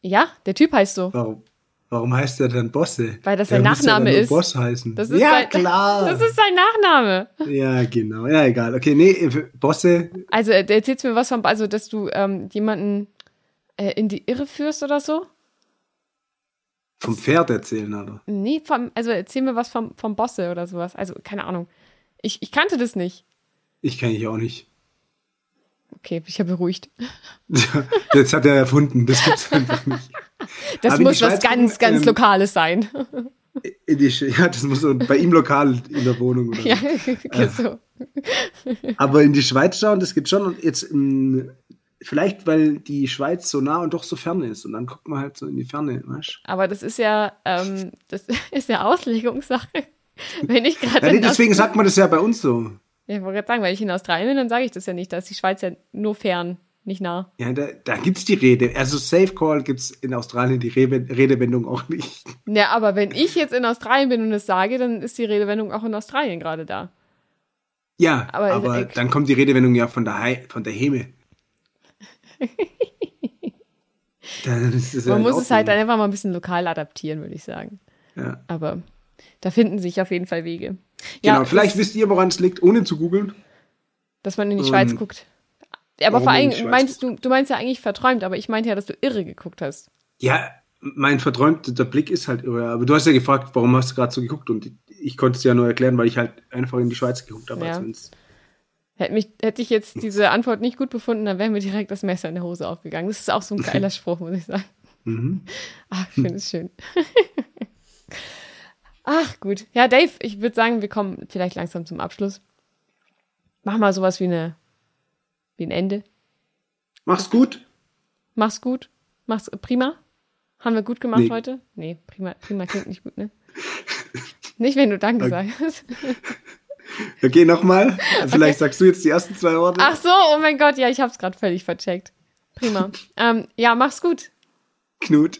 Ja, der Typ heißt so.
Warum, warum heißt er dann Bosse?
Weil das
Der
sein
muss ja
Nachname
dann nur
ist.
Boss heißen.
Das ist
ja,
sein,
klar.
<laughs> Das ist sein Nachname.
ja, genau. Ja, egal. Okay, nee, für Bosse.
Also, der erzählt mir was vom, also, dass du ähm, jemanden äh, in die Irre führst oder so.
Vom Pferd erzählen, oder?
Nee, vom, also erzähl mir was vom, vom Bosse oder sowas. Also, keine Ahnung. Ich, ich kannte das nicht.
Ich kenne ich auch nicht. <laughs>
Okay, ich habe beruhigt.
Jetzt hat er erfunden. Das gibt's einfach nicht.
Das
Aber in
muss
die
was
Schweiz
ganz,
gucken,
ganz
ähm,
Lokales sein. <laughs>
In die, Sch- <laughs> ja, das muss so bei ihm lokal in der Wohnung. Oder
ja, <laughs>
so.
okay, so.
Aber in die Schweiz schauen, das gibt schon. Und jetzt mh, vielleicht, weil die Schweiz so nah und doch so fern ist. Und dann guckt man halt so in die Ferne, weißt
Aber das ist ja, ähm, das <laughs> ist ja Auslegungssache. Wenn ich
du?
gerade.
Ja, nee,
in Aus-
deswegen sagt man das ja bei uns so.
Ja, Ich wollte gerade sagen, wenn ich in Australien bin, dann sage ich das ja nicht. Da ist die Schweiz ja nur fern, nicht nah.
Ja, da, da gibt es die Rede. Also Safe Call gibt es in Australien die Rebe Redewendung auch nicht.
Ja, aber wenn ich jetzt in Australien bin und es sage, dann ist die Redewendung auch in Australien gerade da.
Ja,
Aber-
aber,
äh,
dann kommt die Redewendung ja von der, Hei von der
<laughs>
Heme. Dann ist es
Man
halt
muss
auch
es halt
so.
dann einfach mal ein bisschen lokal adaptieren, würde ich sagen.
ja.
Aber da finden sich auf jeden Fall Wege.
Genau,
ja,
vielleicht
das,
wisst ihr, woran es liegt, ohne zu googeln.
dass man in die Schweiz
Ähm,
guckt.
warum
Aber vor
man in die
allem
Schweiz
meinst du, du meinst ja eigentlich verträumt, aber ich meinte ja, dass du irre geguckt hast.
Ja, mein verträumter Blick ist halt irre. Aber du hast ja gefragt, warum hast du gerade so geguckt? Und ich konnte es ja nur erklären, weil ich halt einfach in die Schweiz geguckt habe.
Ja.
Also ins-
Hätte, mich, hätte ich
<laughs>
jetzt diese Antwort nicht gut befunden, dann wäre mir direkt das Messer in der Hose aufgegangen. Das ist auch so ein geiler Spruch, muss ich sagen.
Mhm.
Ach, ich finde es schön. <laughs> Ach, gut. Ja, Dave, ich würde sagen, wir kommen vielleicht langsam zum Abschluss. Mach mal sowas wie, eine, wie ein Ende.
Mach's gut.
Mach's gut. Mach's prima. Haben wir gut gemacht
Nee.
heute? Nee, prima, prima klingt nicht
<laughs>
gut, ne? Nicht, wenn du Danke sagst.
Okay,
<laughs>
nochmal. Vielleicht sagst du jetzt die ersten zwei Worte.
Ach so, oh mein
<laughs>
Gott, ja, ich hab's gerade völlig vercheckt. Prima. ähm, ja, mach's gut.
Knut.